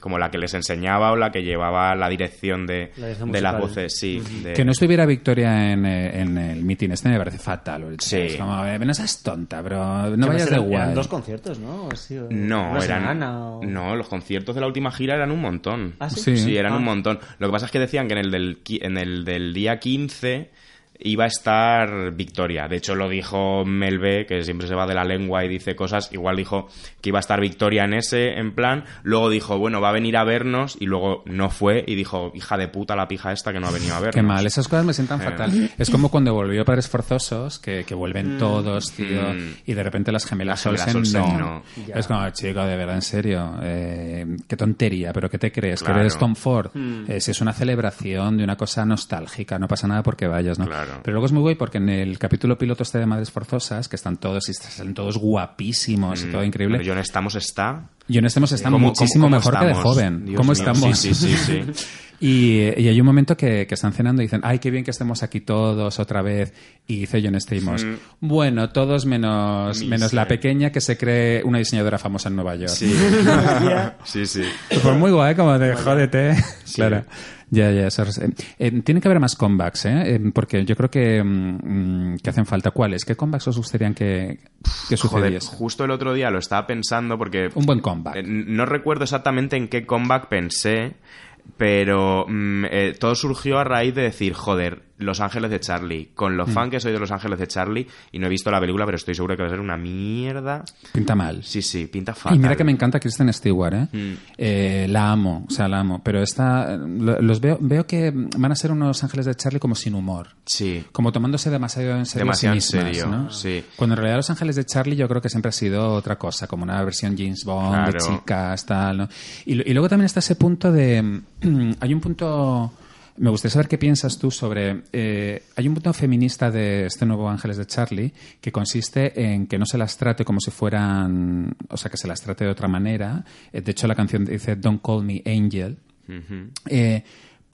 Speaker 3: como la que les enseñaba o la que llevaba la dirección de,
Speaker 2: La dirección
Speaker 3: de las
Speaker 2: musical.
Speaker 3: voces, sí.
Speaker 2: Eh,
Speaker 3: de-
Speaker 1: Que no estuviera Victoria en, eh, en el meeting este me parece fatal. o el-
Speaker 3: Sí.
Speaker 1: es como, eh, no seas tonta, bro. No
Speaker 2: Que
Speaker 1: vayas de
Speaker 2: eran-
Speaker 1: guay.
Speaker 2: eran dos conciertos, ¿no? O así, o-
Speaker 3: No,
Speaker 2: una
Speaker 3: eran,
Speaker 2: semana o-
Speaker 3: no, los conciertos de la última gira eran un montón.
Speaker 2: ¿Ah, sí?
Speaker 1: Sí.
Speaker 3: eran
Speaker 2: Ah.
Speaker 3: un montón. Lo que pasa es que decían que en el del, qui- en el del día 15 iba a estar Victoria. De hecho, lo dijo Melbe, que siempre se va de la lengua y dice cosas. Igual dijo que iba a estar Victoria en ese, en plan. Luego dijo, bueno, va a venir a vernos. Y luego no fue y dijo, hija de puta la pija esta que no ha venido a vernos.
Speaker 1: Qué mal, esas cosas me sientan
Speaker 3: Eh.
Speaker 1: fatal. Es como cuando volvió Padres Forzosos, que, que vuelven todos, tío,
Speaker 3: Mm.
Speaker 1: y de repente las gemelas
Speaker 3: Las
Speaker 1: Olsen
Speaker 3: gemelas Olsen,
Speaker 1: no.
Speaker 3: no.
Speaker 2: Ya.
Speaker 1: Es como, chico, de verdad, en serio, eh, qué tontería, pero ¿qué te crees?
Speaker 3: Claro.
Speaker 1: Que eres Tom Ford. Eh, si es una celebración de una cosa nostálgica, no pasa nada porque vayas, ¿no?
Speaker 3: Claro.
Speaker 1: Pero luego es muy guay porque en el capítulo piloto este de Madres Forzosas, que están todos y salen todos guapísimos y todo increíble,
Speaker 3: Mm, Pero John Estamos está.
Speaker 1: Y en estemos está
Speaker 3: ¿Cómo-
Speaker 1: Mm. muchísimo
Speaker 3: cómo- cómo
Speaker 1: mejor que de
Speaker 3: estamos?
Speaker 1: joven.
Speaker 3: Dios
Speaker 1: ¿Cómo
Speaker 3: mío,
Speaker 1: estamos?
Speaker 3: sí, sí, sí, sí.
Speaker 1: y, eh, y hay un momento que, que están cenando y dicen, ay, qué bien que estemos aquí todos otra vez. Y dice John Stamos, bueno, todos menos,
Speaker 3: Mis-
Speaker 1: menos la pequeña que se cree una diseñadora famosa en Nueva York.
Speaker 3: Sí. sí, sí.
Speaker 1: Pues muy guay, como de jódete. Claro. Ya, ya, eso es- eh, eh, tiene que haber más comebacks, ¿eh? Eh, Porque yo creo que, mm, mm, que hacen falta. ¿Cuáles? ¿Qué comebacks os gustarían que, que
Speaker 3: Joder,
Speaker 1: sucediese?
Speaker 3: justo el otro día lo estaba pensando porque
Speaker 1: Un buen comeback.
Speaker 3: eh, no recuerdo exactamente en qué comeback pensé, pero mm, eh, todo surgió a raíz de decir, joder, Los Ángeles de Charlie, con
Speaker 1: Mm.
Speaker 3: lo fan que soy de Los Ángeles de Charlie, y no he visto la película, pero estoy seguro que va a ser una mierda.
Speaker 1: Pinta mal.
Speaker 3: Sí, sí, pinta fatal.
Speaker 1: Y mira que me encanta Kristen Stewart, ¿eh?
Speaker 3: Mm.
Speaker 1: Eh, la amo, o sea, la amo. Pero esta, eh, lo- los veo, veo que van a ser unos ángeles de Charlie como sin humor.
Speaker 3: Sí.
Speaker 1: Como tomándose demasiado en serio
Speaker 3: Demasiado
Speaker 1: a
Speaker 3: en
Speaker 1: sí mismas,
Speaker 3: serio,
Speaker 1: ¿no?
Speaker 3: sí.
Speaker 1: Cuando en realidad Los Ángeles de Charlie yo creo que siempre ha sido otra cosa, como una versión James Bond,
Speaker 3: Claro.
Speaker 1: de chicas, tal, ¿no? Y, lo- y luego también está ese punto de... hay un punto... Me gustaría saber qué piensas tú sobre... eh, hay un punto feminista de este nuevo Ángeles de Charlie que consiste en que no se las trate como si fueran... O sea, que se las trate de otra manera. Eh, De hecho, la canción dice Don't Call Me Angel.
Speaker 3: Ujú.
Speaker 1: Eh,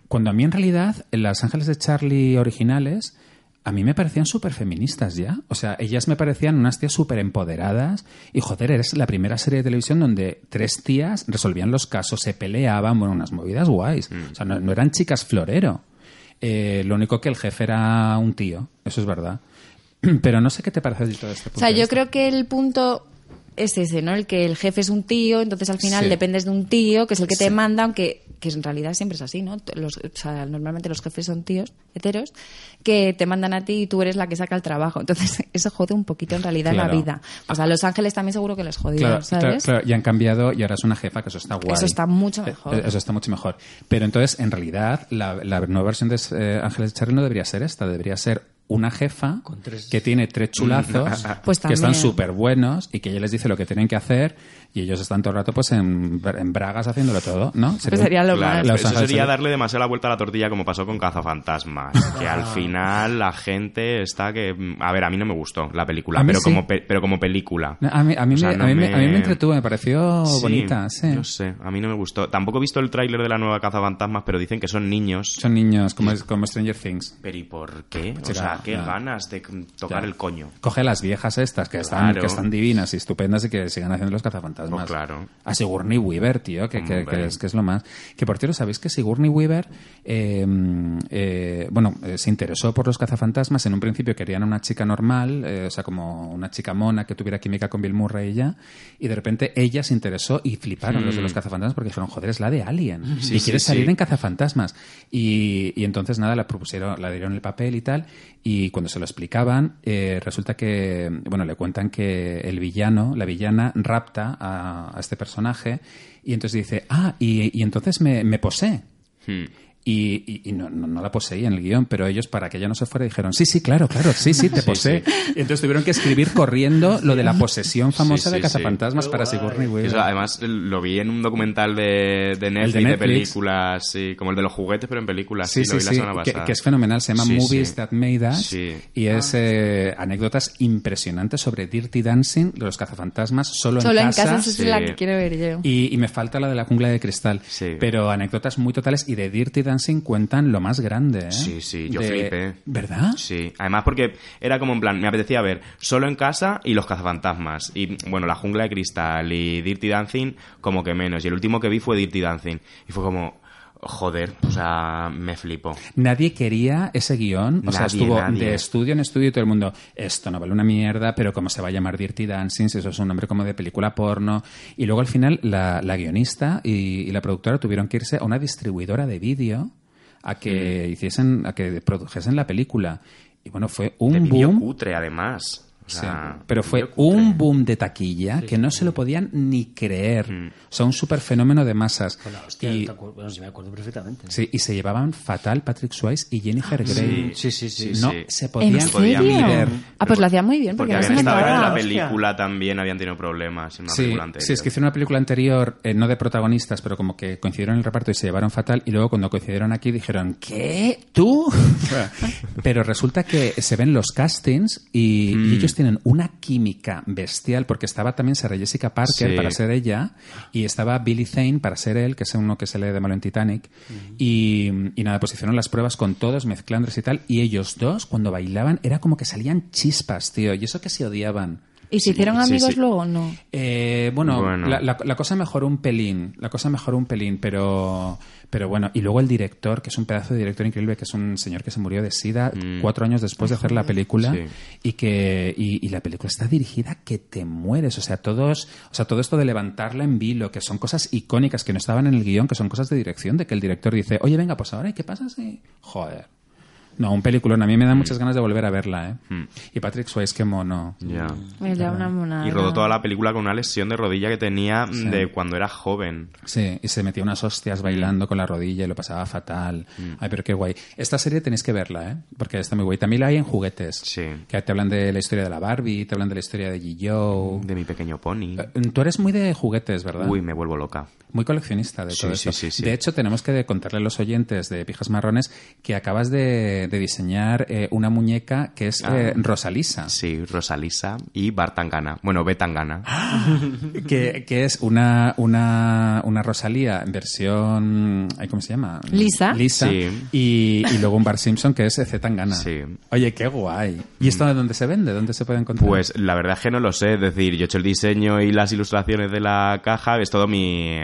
Speaker 1: cuando a mí en realidad en las Ángeles de Charlie originales a mí me parecían súper feministas ya. O sea, ellas me parecían unas tías súper empoderadas. Y joder, eres la primera serie de televisión donde tres tías resolvían los casos, se peleaban, bueno, unas movidas guays. O sea, no, no eran chicas florero. Eh, lo único que el jefe era un tío, eso es verdad. Pero no sé qué te parece a ti todo este punto
Speaker 4: O sea,
Speaker 1: de
Speaker 4: yo
Speaker 1: vista.
Speaker 4: creo que el punto es ese, ¿no? El que el jefe es un tío, entonces al final
Speaker 1: Sí.
Speaker 4: dependes de un tío, que es el que te manda, aunque que en realidad siempre es así, ¿no? T- Los, o sea, normalmente los jefes son tíos heteros que te mandan a ti y tú eres la que saca el trabajo. Entonces, eso jode un poquito en realidad
Speaker 1: Claro.
Speaker 4: la vida. O sea, a Los Ángeles también seguro que les jodía,
Speaker 1: Claro, claro,
Speaker 4: ¿sabes?
Speaker 1: claro, y han cambiado y ahora es una jefa, que eso está guay.
Speaker 4: Eso está mucho
Speaker 1: Eh,
Speaker 4: mejor.
Speaker 1: eh, Eso está mucho mejor. Pero entonces, en realidad, la, la nueva versión de eh, Ángeles de Charlie no debería ser esta, debería ser una jefa
Speaker 2: Con tres-
Speaker 1: que tiene tres
Speaker 3: Mm.
Speaker 1: chulazos
Speaker 4: Pues
Speaker 1: que están
Speaker 4: también.
Speaker 1: súper buenos y que ella les dice lo que tienen que hacer y ellos están todo el rato pues en, bra- en bragas haciéndolo todo, ¿no?
Speaker 4: Pues sería lo
Speaker 3: Claro,
Speaker 4: más.
Speaker 1: La-
Speaker 3: pero eso
Speaker 1: Ángeles
Speaker 3: sería
Speaker 1: de-
Speaker 3: darle demasiada vuelta a la tortilla como pasó con Cazafantasmas, que
Speaker 1: Ah.
Speaker 3: al final la gente está que... mm, A ver, a mí no me gustó la película,
Speaker 1: A mí
Speaker 3: pero,
Speaker 1: sí.
Speaker 3: como pe- pero como película.
Speaker 1: A mí, a mí
Speaker 3: O sea,
Speaker 1: me,
Speaker 3: no
Speaker 1: a mí me- a mí me
Speaker 3: me-
Speaker 1: entretuvo, me pareció
Speaker 3: Sí,
Speaker 1: bonita, sí.
Speaker 3: No sé, a mí no me gustó. Tampoco he visto el tráiler de la nueva Cazafantasmas, pero dicen que son niños.
Speaker 1: Son niños, como, como Stranger Things.
Speaker 3: ¿Pero y por qué? O
Speaker 1: Chica,
Speaker 3: Nada, qué ganas de tocar
Speaker 1: Ya.
Speaker 3: el coño.
Speaker 1: Coge a las viejas estas que están,
Speaker 3: Claro.
Speaker 1: que están divinas y estupendas y que sigan haciendo los cazafantasmas.
Speaker 3: Oh, claro.
Speaker 1: A Sigourney Weaver, tío, que, que-
Speaker 3: Hombre.
Speaker 1: que es, que es lo más. Que por cierto, ¿sabéis que Sigourney Weaver, eh, eh, bueno, eh, se interesó por los cazafantasmas? En un principio querían a una chica normal, eh, o sea, como una chica mona que tuviera química con Bill Murray y ya. Y de repente ella se interesó y fliparon los de los cazafantasmas porque dijeron, joder, es la de Alien.
Speaker 3: Mm. Sí,
Speaker 1: y
Speaker 3: sí,
Speaker 1: quiere
Speaker 3: sí.
Speaker 1: salir en cazafantasmas. Y, y entonces, nada, la propusieron, la dieron el papel y tal. Y cuando se lo explicaban, eh, resulta que, bueno, le cuentan que el villano, la villana, rapta a, a este personaje. Y entonces dice, ah, y, y entonces me, me posee.
Speaker 3: Hmm.
Speaker 1: Y, y- y no, no- no la poseía en el guión, pero ellos, para que ella no se fuera, dijeron, sí, sí, claro, claro, sí, sí, te posee. Y entonces tuvieron que escribir corriendo lo de la posesión famosa
Speaker 3: Sí, sí,
Speaker 1: de Cazafantasmas
Speaker 2: sí.
Speaker 1: para Sigourney Weaver.
Speaker 3: Eso, además, lo vi en un documental de, de Netflix,
Speaker 1: de
Speaker 3: de
Speaker 1: Netflix.
Speaker 3: películas, sí, como el de los juguetes, pero en películas. Sí,
Speaker 1: Sí,
Speaker 3: lo
Speaker 1: sí,
Speaker 3: vi la
Speaker 1: sí,
Speaker 3: semana
Speaker 1: que,
Speaker 3: pasada.
Speaker 1: que es fenomenal. Se llama
Speaker 3: Sí,
Speaker 1: Movies
Speaker 3: sí.
Speaker 1: That Made Us
Speaker 3: Sí.
Speaker 1: y es eh, anécdotas impresionantes sobre Dirty Dancing, los cazafantasmas, solo,
Speaker 4: Solo
Speaker 1: en
Speaker 4: en
Speaker 1: casa.
Speaker 4: casa esa es la
Speaker 3: sí.
Speaker 4: que quiero ver yo.
Speaker 1: Y, y me falta la de la jungla de cristal.
Speaker 3: Sí.
Speaker 1: Pero anécdotas muy totales y de Dirty Dancing cuentan lo más grande. ¿eh?
Speaker 3: Sí, sí, yo
Speaker 1: De-
Speaker 3: flipé.
Speaker 1: ¿Verdad?
Speaker 3: Sí, además porque era como en plan, me apetecía ver solo en casa y los cazafantasmas. Y bueno, la jungla de cristal y Dirty Dancing, como que menos. Y el último que vi fue Dirty Dancing. Y fue como, joder, o sea, me flipó.
Speaker 1: Nadie quería ese guión. O sea,
Speaker 3: Nadie,
Speaker 1: estuvo
Speaker 3: nadie.
Speaker 1: de estudio en estudio y todo el mundo, esto no vale una mierda, pero ¿cómo se va a llamar Dirty Dancing? Si eso es un nombre como de película porno. Y luego al final la, la guionista y, y la productora tuvieron que irse a una distribuidora de vídeo a que
Speaker 3: Mm.
Speaker 1: hiciesen, a que produjesen la película. Y bueno, fue
Speaker 3: De
Speaker 1: un
Speaker 3: vídeo
Speaker 1: boom.
Speaker 3: cutre, además. O
Speaker 1: Sí,
Speaker 3: sea,
Speaker 1: pero fue
Speaker 3: vídeo cutre.
Speaker 1: un boom de taquilla que no se lo podían ni creer.
Speaker 3: Mm.
Speaker 1: O sea, un super fenómeno de masas.
Speaker 2: Con la hostia,
Speaker 1: y,
Speaker 2: te acuer- bueno, sí me acuerdo perfectamente.
Speaker 1: sí, y se llevaban fatal Patrick Swayze y
Speaker 3: Ah,
Speaker 1: Jennifer Grey.
Speaker 2: Sí, sí, sí.
Speaker 1: no
Speaker 3: sí.
Speaker 1: se
Speaker 4: ¿En
Speaker 1: podían
Speaker 3: se podía
Speaker 4: serio?
Speaker 1: creer.
Speaker 4: Ah, pues lo hacía muy bien porque,
Speaker 3: Porque
Speaker 4: no se
Speaker 3: habían
Speaker 4: me
Speaker 3: estado en la
Speaker 4: enteraba.
Speaker 3: película también, habían tenido problemas en una
Speaker 1: Sí,
Speaker 3: película anterior.
Speaker 1: sí, es que hicieron una película anterior, eh, no de protagonistas, pero como que coincidieron en el reparto y se llevaron fatal. Y luego cuando coincidieron aquí dijeron, ¿qué? ¿Tú? pero resulta que se ven los castings y,
Speaker 3: Mm.
Speaker 1: y ellos tienen una química bestial, porque estaba también Sarah Jessica Parker
Speaker 3: Sí.
Speaker 1: para ser ella y estaba Billy Zane para ser él, que es uno que se lee de malo en Titanic.
Speaker 3: Mm.
Speaker 1: y, y nada, pues hicieron las pruebas con todos, mezclándose y tal. Y ellos dos, cuando bailaban, era como que salían chispas, tío. Y eso que se odiaban.
Speaker 4: ¿Y se hicieron
Speaker 3: Sí, sí,
Speaker 4: amigos
Speaker 3: sí.
Speaker 4: luego no?
Speaker 1: Eh, bueno,
Speaker 3: Bueno.
Speaker 1: La, la- la cosa mejoró un pelín, la cosa mejoró un pelín, pero, pero bueno, y luego el director, que es un pedazo de director increíble, que es un señor que se murió de SIDA cuatro años después de hacer la película,
Speaker 3: Mm. Sí.
Speaker 1: y que y, y la película está dirigida que te mueres, o sea, todos, o sea, todo esto de levantarla en vilo, que son cosas icónicas que no estaban en el guión, que son cosas de dirección, de que el director dice, oye, venga, pues ahora, ¿y qué pasa si...? Joder. No, un peliculón. A mí
Speaker 3: Mm.
Speaker 1: me dan muchas ganas de volver a verla, ¿eh? Y Patrick Swayze, qué mono.
Speaker 3: Ya.
Speaker 4: Me da una monada.
Speaker 3: Y rodó toda la película con una lesión de rodilla que tenía mm, de cuando era joven.
Speaker 1: Sí, y se metía unas hostias bailando con la rodilla y lo pasaba fatal.
Speaker 3: Mm.
Speaker 1: Ay, pero qué guay. Esta serie tenéis que verla, ¿eh? Porque está muy guay. También la hay en juguetes.
Speaker 3: Sí.
Speaker 1: Que te hablan de la historia de la Barbie, te hablan de la historia de G. Joe.
Speaker 3: De mi pequeño pony.
Speaker 1: Uh. Eh, Tú eres muy de juguetes, ¿verdad?
Speaker 3: Uy, me vuelvo loca.
Speaker 1: Muy coleccionista de
Speaker 3: Sí,
Speaker 1: todo
Speaker 3: sí,
Speaker 1: esto.
Speaker 3: sí, sí.
Speaker 1: De hecho, tenemos que contarle a los oyentes de Pijas Marrones que acabas de, de diseñar eh, una muñeca que es
Speaker 3: Ah.
Speaker 1: eh, Rosalisa.
Speaker 3: Sí, Rosalisa y Bartangana. Bueno, Betangana.
Speaker 1: que, que es una, una, una Rosalía en versión. ay, ¿Cómo se llama?
Speaker 4: Lisa.
Speaker 1: Lisa.
Speaker 3: Sí.
Speaker 1: Y, y luego un Bart Simpson que es Z Tangana.
Speaker 3: Sí.
Speaker 1: Oye, qué guay. ¿Y esto de dónde se vende? ¿Dónde se puede encontrar?
Speaker 3: Pues la verdad es que no lo sé. Es decir, yo he hecho el diseño y las ilustraciones de la caja. Es todo mi.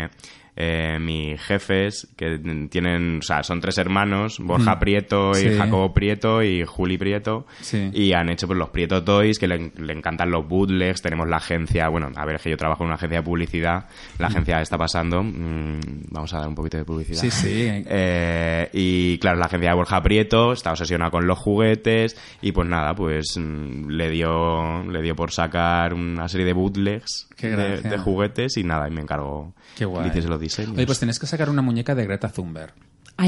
Speaker 3: eh, mis jefes, que tienen, o sea, son tres hermanos, Borja Prieto y
Speaker 1: Mm. Sí.
Speaker 3: Jacobo Prieto y Juli Prieto,
Speaker 1: Sí.
Speaker 3: y han hecho pues, los Prieto Toys, que le, en- le encantan los bootlegs, tenemos la agencia, bueno, a ver, es que yo trabajo en una agencia de publicidad, la agencia está pasando, Mm, vamos a dar un poquito de publicidad.
Speaker 1: Sí, sí.
Speaker 3: Eh, y claro, la agencia de Borja Prieto está obsesionada con los juguetes y pues nada, pues mm, le dio, le dio por sacar una serie de bootlegs
Speaker 1: Qué
Speaker 3: de,
Speaker 1: gracia.
Speaker 3: de juguetes y nada, y me encargó
Speaker 1: Qué guay.
Speaker 3: que le hiciese los diseños.
Speaker 1: Oye, pues tenés que sacar una muñeca de Greta Thunberg.
Speaker 4: Ay,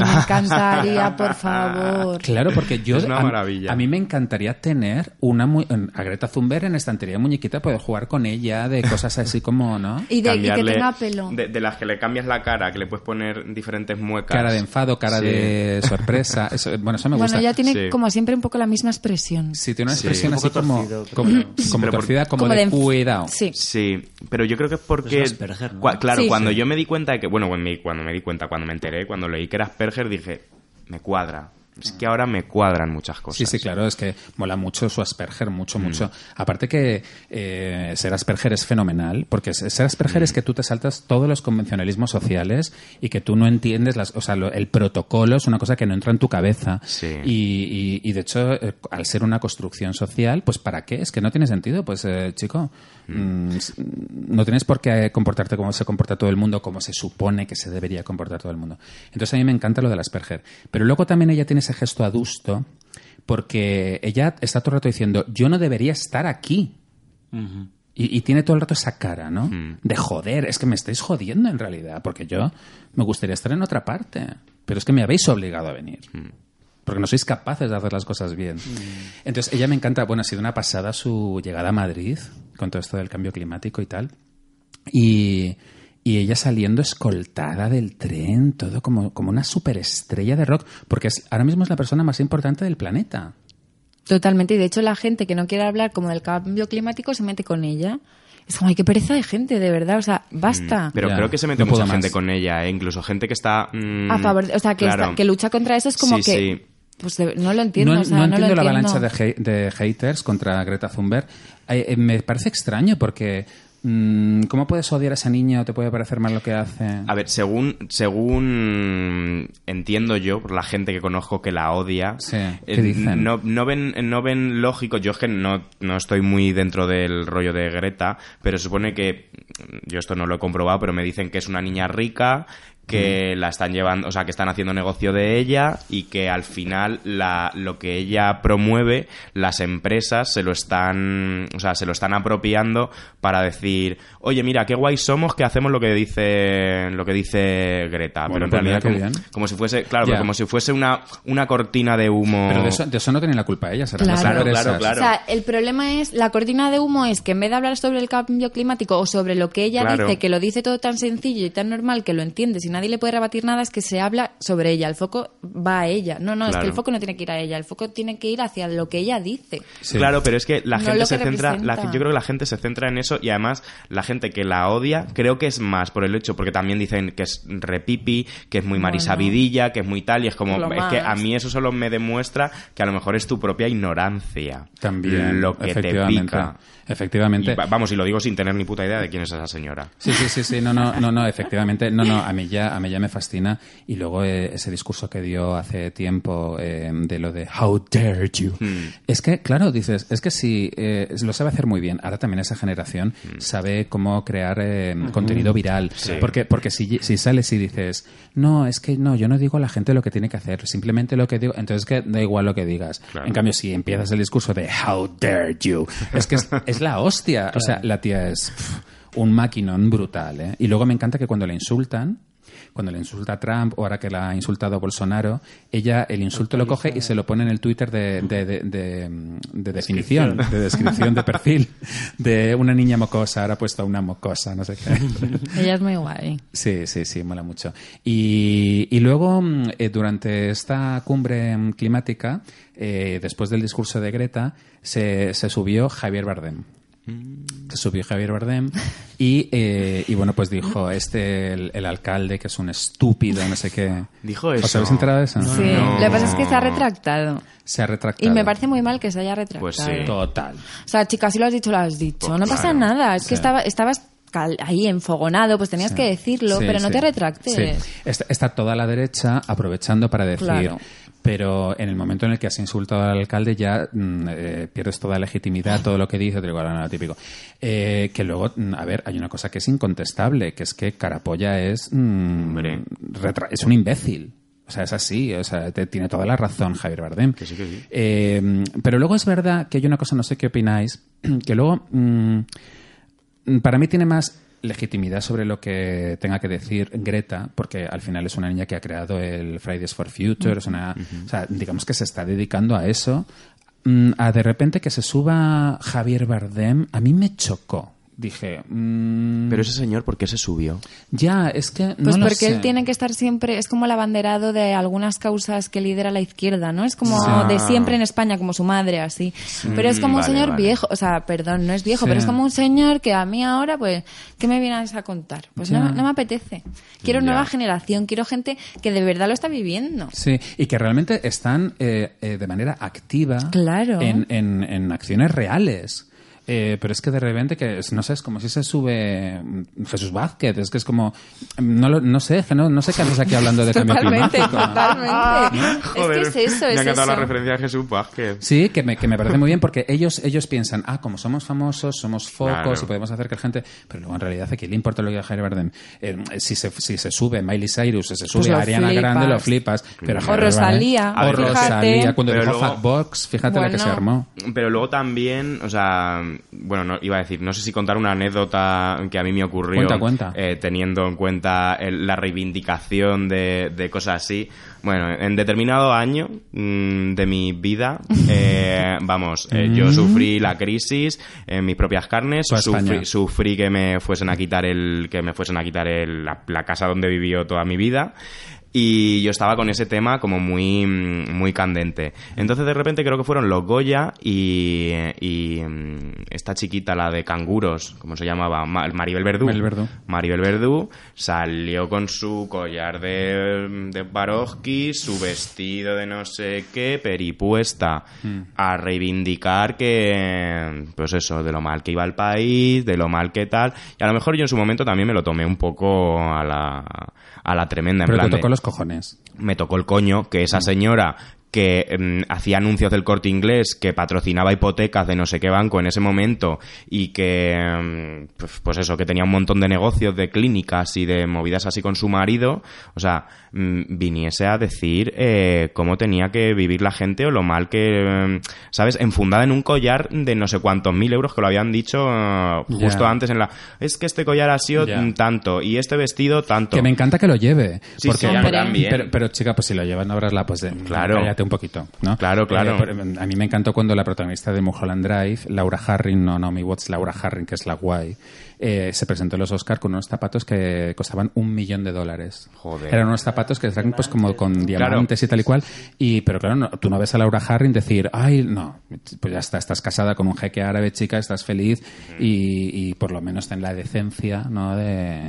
Speaker 4: me encantaría, por favor.
Speaker 1: Claro, porque yo.
Speaker 3: Es una
Speaker 1: a-
Speaker 3: maravilla.
Speaker 1: A, mí me encantaría tener una mu- a Greta Thunberg en estantería de muñequita, poder jugar con ella, de cosas así como, ¿no?
Speaker 4: Y, de, y que
Speaker 3: Cambiarle-
Speaker 4: tenga pelo.
Speaker 3: De, de las que le cambias la cara, que le puedes poner diferentes muecas.
Speaker 1: Cara de enfado, cara
Speaker 3: Sí.
Speaker 1: de sorpresa. Eso- bueno, eso me gusta.
Speaker 4: Bueno, ya tiene
Speaker 3: Sí.
Speaker 4: como siempre un poco la misma expresión.
Speaker 1: Sí, tiene una
Speaker 3: Sí.
Speaker 1: expresión
Speaker 2: Un
Speaker 1: así
Speaker 2: poco
Speaker 1: como,
Speaker 2: torcido,
Speaker 1: como,
Speaker 2: pero-
Speaker 1: como
Speaker 3: Pero por-
Speaker 1: torcida, como, de, cuidado.
Speaker 4: Sí.
Speaker 3: Sí, pero yo creo que es porque...
Speaker 2: Es Pues un Asperger, ¿no?
Speaker 3: Cua- claro,
Speaker 4: Sí.
Speaker 3: cuando yo me di cuenta de que... Bueno, cuando me, cuando me di cuenta, cuando me enteré, cuando leí que era Asperger, dije, me cuadra. es que ahora me cuadran muchas cosas.
Speaker 1: Sí, sí, claro, es que mola mucho su Asperger, mucho,
Speaker 2: Mm.
Speaker 1: mucho. Aparte que eh, ser Asperger es fenomenal, porque se- ser Asperger
Speaker 2: Mm.
Speaker 1: es que tú te saltas todos los convencionalismos sociales y que tú no entiendes, las, o sea, lo- el protocolo es una cosa que no entra en tu cabeza.
Speaker 3: Sí.
Speaker 1: Y, y- y, de hecho, eh, al ser una construcción social, pues ¿para qué? Es que no tiene sentido, pues eh, chico, mm, s- no tienes por qué comportarte como se comporta todo el mundo, como se supone que se debería comportar todo el mundo. Entonces a mí me encanta lo del Asperger. Pero luego también ella tiene ese gesto adusto porque ella está todo el rato diciendo, yo no debería estar aquí. Y, y tiene todo el rato esa cara, ¿no? De joder, es que me estáis jodiendo en realidad, porque yo me gustaría estar en otra parte, pero es que me habéis obligado a venir. Porque no sois capaces de hacer las cosas bien.
Speaker 3: Mm.
Speaker 1: Entonces, ella me encanta. Bueno, ha sido una pasada su llegada a Madrid con todo esto del cambio climático y tal. Y, y ella saliendo escoltada del tren, todo como, como una superestrella de rock, porque es- ahora mismo es la persona más importante del planeta.
Speaker 4: Totalmente. Y de hecho, la gente que no quiere hablar como del cambio climático se mete con ella. Es como, ay, qué pereza de gente, de verdad. O
Speaker 1: Mm,
Speaker 4: sea, basta.
Speaker 3: Pero
Speaker 1: Ya,
Speaker 3: creo que se mete
Speaker 1: no puedo
Speaker 3: mucha gente
Speaker 1: más.
Speaker 3: con ella, ¿eh? incluso gente que está... mm,
Speaker 4: A favor, de- o sea, que,
Speaker 3: claro.
Speaker 4: está- que lucha contra eso es como
Speaker 3: Sí,
Speaker 4: que.
Speaker 3: sí.
Speaker 4: Pues de- no lo entiendo.
Speaker 1: no,
Speaker 4: o sea,
Speaker 1: no
Speaker 4: no
Speaker 1: entiendo
Speaker 4: lo
Speaker 1: la
Speaker 4: entiendo.
Speaker 1: avalancha de, hate- de haters contra Greta Thunberg. Eh, eh, me parece extraño porque mm, ¿cómo puedes odiar a esa niña o te puede parecer mal lo que hace?
Speaker 3: A ver, según, según entiendo yo, por la gente que conozco que la odia,
Speaker 1: Sí,
Speaker 3: eh,
Speaker 1: ¿qué dicen?
Speaker 3: No, no ven, no ven lógico. Yo es que no, no estoy muy dentro del rollo de Greta, pero se supone que, yo esto no lo he comprobado, pero me dicen que es una niña rica,
Speaker 1: Mm.
Speaker 3: que la están llevando, o sea, que están haciendo negocio de ella y que al final la, lo que ella promueve, las empresas se lo están, o sea, se lo están apropiando para decir, oye, mira, qué guay somos que hacemos lo que dice, lo que dice Greta.
Speaker 1: Bueno,
Speaker 3: pero
Speaker 1: pues
Speaker 3: en
Speaker 1: mira,
Speaker 3: realidad,
Speaker 1: qué
Speaker 3: como,
Speaker 1: bien.
Speaker 3: como si fuese, claro,
Speaker 1: Ya.
Speaker 3: pero como si fuese una, una cortina de humo.
Speaker 1: Pero de eso, de eso no tiene la culpa ella, serán las
Speaker 4: Claro. Claro,
Speaker 1: empresas.
Speaker 3: claro, claro.
Speaker 4: O sea, el problema es, la cortina de humo es que en vez de hablar sobre el cambio climático o sobre lo que ella
Speaker 3: Claro.
Speaker 4: dice, que lo dice todo tan sencillo y tan normal que lo entiendes y nadie le puede rebatir nada, es que se habla sobre ella. El foco va a ella. No, no, es que
Speaker 3: Claro.
Speaker 4: el foco no tiene que ir a ella. El foco tiene que ir hacia lo que ella dice.
Speaker 1: Sí.
Speaker 3: Claro, pero es que la
Speaker 4: No
Speaker 3: gente
Speaker 4: lo
Speaker 3: se
Speaker 4: que
Speaker 3: centra, la-
Speaker 4: representa.
Speaker 3: yo creo que la gente se centra en eso y además la gente que la odia creo que es más por el hecho, porque también dicen que es repipi, que es muy Marisa
Speaker 4: Bueno.
Speaker 3: Vidilla, que es muy tal y es como,
Speaker 4: Lo
Speaker 3: es que a
Speaker 4: más.
Speaker 3: mí eso solo me demuestra que a lo mejor es tu propia ignorancia.
Speaker 1: También,
Speaker 3: Lo que te
Speaker 1: efectivamente.
Speaker 3: pica.
Speaker 1: Efectivamente.
Speaker 3: Y va- vamos, y lo digo sin tener ni puta idea de quién es esa señora.
Speaker 1: Sí, sí, sí, sí, no, no, no, no, efectivamente, no, no, a mí ya, a mí ya me fascina y luego eh, ese discurso que dio hace tiempo eh, de lo de How dare you,
Speaker 3: Hmm.
Speaker 1: es que, claro, dices, es que si eh, lo sabe hacer muy bien, ahora también esa generación
Speaker 3: Hmm.
Speaker 1: sabe cómo crear eh, contenido viral, porque, porque si, si sales y dices, no, es que no, yo no digo a la gente lo que tiene que hacer, simplemente lo que digo, entonces que da igual lo que digas,
Speaker 3: Claro.
Speaker 1: en cambio si empiezas el discurso de How dare you, es que es, es la hostia, o sea, la tía es... pff, un maquinón brutal. ¿eh? Y luego me encanta que cuando le insultan, cuando le insulta a Trump o ahora que la ha insultado Bolsonaro, ella el insulto lo coge y se lo pone en el Twitter de, de- de- de- de definición, de descripción, de perfil, de una niña mocosa, ahora ha puesto una mocosa, no sé qué.
Speaker 4: Ella es muy guay.
Speaker 1: Sí, sí, sí, mola mucho. Y, y luego, mm, eh, durante esta cumbre mm, climática, eh, después del discurso de Greta, se, se subió Javier Bardem.
Speaker 3: Mm.
Speaker 1: Se subió Javier Bardem y, eh, y bueno, pues dijo, este, el, el alcalde, que es un estúpido, no sé qué.
Speaker 3: Dijo
Speaker 1: ¿Os
Speaker 3: eso.
Speaker 1: habéis enterado de eso?
Speaker 4: Sí.
Speaker 3: No.
Speaker 4: Lo que pasa es que se ha retractado.
Speaker 1: Se ha
Speaker 4: Y
Speaker 1: retractado.
Speaker 4: me parece muy mal que se haya retractado.
Speaker 3: Pues sí.
Speaker 1: Total.
Speaker 4: O sea, chicas, si lo has dicho, lo has dicho.
Speaker 3: Pues
Speaker 4: no pasa
Speaker 3: claro.
Speaker 4: nada. Es
Speaker 1: Sí.
Speaker 4: que estaba, estabas cal- ahí enfogonado, pues tenías
Speaker 1: Sí.
Speaker 4: que decirlo,
Speaker 1: Sí,
Speaker 4: pero no
Speaker 1: sí.
Speaker 4: te retractes.
Speaker 1: Sí. Está, está toda la derecha aprovechando para decir,
Speaker 4: Claro.
Speaker 1: pero en el momento en el que has insultado al alcalde ya mm, eh, pierdes toda legitimidad, todo lo que dice, te digo, ahora nada típico. Eh, que luego, mm, a ver, hay una cosa que es incontestable, que es que Carapolla es, mm,
Speaker 3: Hombre.
Speaker 1: retra- es un imbécil. O sea, es así, o sea, te- tiene toda la razón Javier Bardem.
Speaker 3: Que sí, que sí.
Speaker 1: Eh, pero luego es verdad que hay una cosa, no sé qué opináis, que luego mm, para mí tiene más legitimidad sobre lo que tenga que decir Greta, porque al final es una niña que ha creado el Fridays for Future, es una, o sea, digamos que se está dedicando a eso. Mm, A de repente que se suba Javier Bardem, a mí me chocó. dije... mm,
Speaker 3: Pero ese señor, ¿por qué se subió?
Speaker 1: Ya, es que no
Speaker 4: Pues
Speaker 1: lo
Speaker 4: porque
Speaker 1: sé.
Speaker 4: él tiene que estar siempre, es como el abanderado de algunas causas que lidera la izquierda, ¿no? Es como
Speaker 3: Sí.
Speaker 4: de siempre en España, como su madre, así. Pero es como un
Speaker 3: Mm, Vale,
Speaker 4: señor
Speaker 3: vale.
Speaker 4: viejo, o sea, perdón, no es viejo,
Speaker 1: Sí.
Speaker 4: pero es como un señor que a mí ahora, pues, ¿qué me vienes a contar? Pues no,
Speaker 1: Ya.
Speaker 4: no me apetece. Quiero
Speaker 3: Ya.
Speaker 4: nueva generación, quiero gente que de verdad lo está viviendo.
Speaker 1: Sí, y que realmente están eh, eh, de manera activa
Speaker 4: Claro.
Speaker 1: en, en- en acciones reales. Eh, pero es que de repente, que es- no sé, es como si se sube mm, Jesús Vázquez, es que es como, mm, no, lo- no sé, es que no, no sé qué haces aquí hablando de cambio
Speaker 4: Totalmente,
Speaker 1: climático. Ah.
Speaker 4: totalmente. es que es eso,
Speaker 3: me
Speaker 4: es
Speaker 3: ha encantado la
Speaker 4: eso.
Speaker 3: referencia a Jesús Vázquez.
Speaker 1: Sí, que me, que me parece muy bien porque ellos, ellos piensan, ah, como somos famosos, somos focos
Speaker 3: Claro.
Speaker 1: y podemos hacer que la gente... Pero luego en realidad a quién le importa lo que diga Javier Bardem. Eh, si, se, si se sube Miley Cyrus, si se sube
Speaker 4: Pues lo
Speaker 1: Ariana Grande, lo
Speaker 4: flipas.
Speaker 1: flipas. Pero
Speaker 3: O
Speaker 1: Javier Bardem-
Speaker 4: Rosalía,
Speaker 1: O
Speaker 3: fíjate.
Speaker 1: Rosalía, cuando
Speaker 3: Pero
Speaker 1: dijo
Speaker 3: luego-
Speaker 1: Fatbox, fíjate la que
Speaker 4: Bueno.
Speaker 1: se armó.
Speaker 3: Pero luego también, o sea, bueno, no, iba a decir, no sé si contar una anécdota que a mí me ocurrió.
Speaker 1: Cuenta, cuenta.
Speaker 3: eh, teniendo en cuenta el- la reivindicación de, de cosas así. Bueno, en determinado año mm, de mi vida, eh, vamos, eh, yo sufrí la crisis en mis propias carnes,
Speaker 1: Tú Mm. a España.
Speaker 3: sufrí, sufrí que me fuesen a quitar el, que me fuesen a quitar el- la, la casa donde vivió toda mi vida. Y yo estaba con ese tema como muy, mm, muy candente. Entonces de repente creo que fueron los Goya y, y, mm, esta chiquita, la de canguros, ¿cómo se llamaba? Ma- Maribel Verdú.
Speaker 1: Maribel Verdú.
Speaker 3: Maribel Verdú salió con su collar de, de Swarovski, su vestido de no sé qué, peripuesta,
Speaker 1: Hmm.
Speaker 3: a reivindicar que, pues eso, de lo mal que iba el país, de lo mal que tal. Y a lo mejor yo en su momento también me lo tomé un poco a la, a la tremenda. en
Speaker 1: Pero te
Speaker 3: plan de-
Speaker 1: tocó los cojones.
Speaker 3: me tocó el coño que
Speaker 1: Mm.
Speaker 3: esa señora que em, hacía anuncios del corte inglés, que patrocinaba hipotecas de no sé qué banco en ese momento y que, em, pues, pues eso, que tenía un montón de negocios, de clínicas y de movidas así con su marido, o sea, mm, viniese a decir eh, cómo tenía que vivir la gente o lo mal que, em, ¿sabes? Enfundada en un collar de no sé cuántos mil euros que lo habían dicho eh, justo
Speaker 1: Ya.
Speaker 3: antes en la... Es que este collar ha sido
Speaker 1: Ya.
Speaker 3: mm, tanto y este vestido tanto.
Speaker 1: Que me encanta que lo lleve.
Speaker 3: Sí,
Speaker 1: porque,
Speaker 3: sí,
Speaker 4: ya lo harán
Speaker 3: bien.
Speaker 1: Pero, pero, chica, pues si lo llevan a verla, pues de,
Speaker 3: Claro.
Speaker 1: cállate un poquito. ¿no?
Speaker 3: Claro, claro.
Speaker 1: por- a mí me encantó cuando la protagonista de Mulholland Drive, Laura Harrin, no Naomi Watts, Laura Harrin, que es la guay, eh, se presentó en los Oscar con unos zapatos que costaban un millón de dólares.
Speaker 3: Joder.
Speaker 1: Eran unos zapatos que eran pues como con diamantes y tal y cual. Y, pero claro, no- tú no ves a Laura Harrin decir, ay, no, pues ya está, estás casada con un jeque árabe, chica, estás feliz y, y por lo menos ten la decencia, ¿no? De,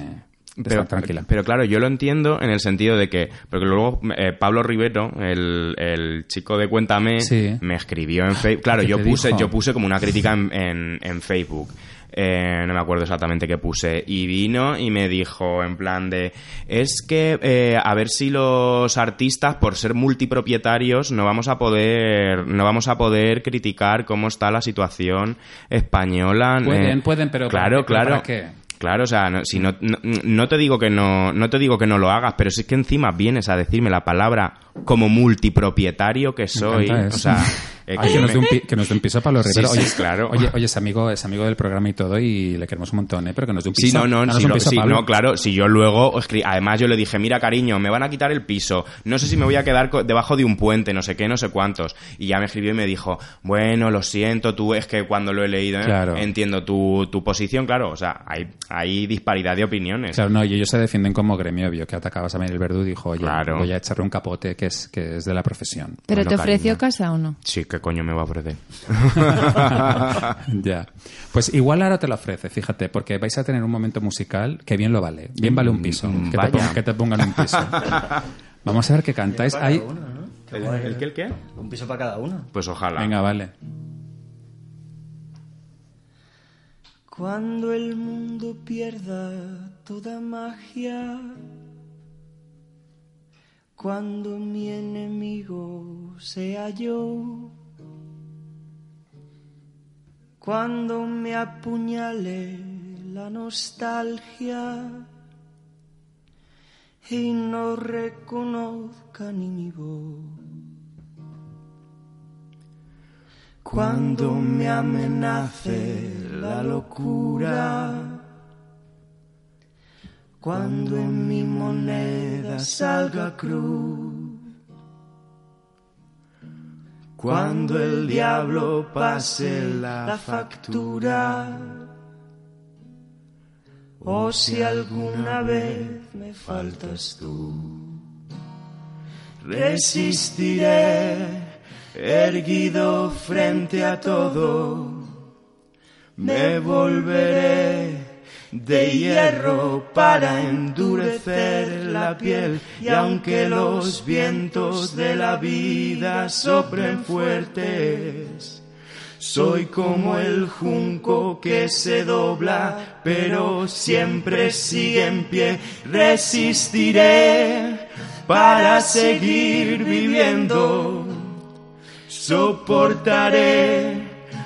Speaker 1: de estar tranquila.
Speaker 3: Pero claro, yo lo entiendo en el sentido de que, porque luego eh, Pablo Rivero, el, el chico de Cuéntame,
Speaker 1: Sí.
Speaker 3: me escribió en Facebook. Claro,
Speaker 1: ¿Qué
Speaker 3: yo
Speaker 1: te
Speaker 3: puse,
Speaker 1: dijo?
Speaker 3: yo puse como una crítica en, en- en Facebook. Eh, no me acuerdo exactamente qué puse. Y vino y me dijo en plan de, es que eh, a ver si los artistas, por ser multipropietarios, no vamos a poder, no vamos a poder criticar cómo está la situación española.
Speaker 1: Pueden,
Speaker 3: eh,
Speaker 1: pueden, pero ¿para
Speaker 3: claro,
Speaker 1: qué? ¿Pero
Speaker 3: claro.
Speaker 1: para qué?
Speaker 3: Claro, o sea, no, si no, no, no te digo que no, no te digo que no lo hagas, pero si es que encima vienes a decirme la palabra como multipropietario que soy,
Speaker 1: encanta
Speaker 3: o
Speaker 1: eso.
Speaker 3: sea, eh,
Speaker 1: Ay,
Speaker 3: que
Speaker 1: que,
Speaker 3: yo
Speaker 1: nos
Speaker 3: me-
Speaker 1: dé un pi- que nos dé un piso para los
Speaker 3: Sí,
Speaker 1: Rivero.
Speaker 3: sí,
Speaker 1: oye,
Speaker 3: claro.
Speaker 1: Oye, oye, es amigo, es amigo del programa y todo y le queremos un montón, ¿eh? Pero que nos dé un piso.
Speaker 3: Sí, no, no,
Speaker 1: Danos
Speaker 3: sí,
Speaker 1: un
Speaker 3: lo-
Speaker 1: piso,
Speaker 3: sí,
Speaker 1: Pablo.
Speaker 3: no, claro, si yo luego, escri- además yo le dije, mira cariño, me van a quitar el piso, no sé si me voy a quedar co- debajo de un puente, no sé qué, no sé cuántos, y ya me escribió y me dijo, bueno, lo siento, tú es que cuando lo he leído, ¿eh?
Speaker 1: Claro.
Speaker 3: entiendo tu, tu posición, claro, o sea, hay, hay disparidad de opiniones.
Speaker 1: Claro, no, y ellos se defienden como gremio, vio que atacabas a Meryl Verdú y dijo, oye,
Speaker 3: Claro.
Speaker 1: voy a echarle un capote que es, que es de la profesión.
Speaker 4: ¿Pero
Speaker 3: Bueno,
Speaker 4: te ofreció
Speaker 3: cariño.
Speaker 4: casa o no?
Speaker 3: Sí, ¿qué coño me va a ofrecer?
Speaker 1: ya. Pues igual ahora te lo ofrece, fíjate, porque vais a tener un momento musical que bien lo vale. Bien vale un piso.
Speaker 3: Mm,
Speaker 1: que, te
Speaker 3: vaya.
Speaker 1: pongan, que te pongan un piso. Vamos a ver qué cantáis. Ahí-
Speaker 3: ¿El, el qué, el qué?
Speaker 2: Un piso para cada uno.
Speaker 3: Pues ojalá.
Speaker 1: Venga, vale.
Speaker 2: Cuando el mundo pierda toda magia, cuando mi enemigo sea yo, cuando me apuñale la nostalgia y no reconozca ni mi voz. Cuando me amenace la locura, cuando en mi moneda salga cruz, cuando el diablo pase la factura,
Speaker 5: o si alguna vez me faltas tú. Resistiré erguido frente a todo, me volveré de hierro para endurecer la piel y aunque los vientos de la vida soplen fuertes, soy como el junco que se dobla, pero siempre sigue en pie. Resistiré para seguir viviendo. Soportaré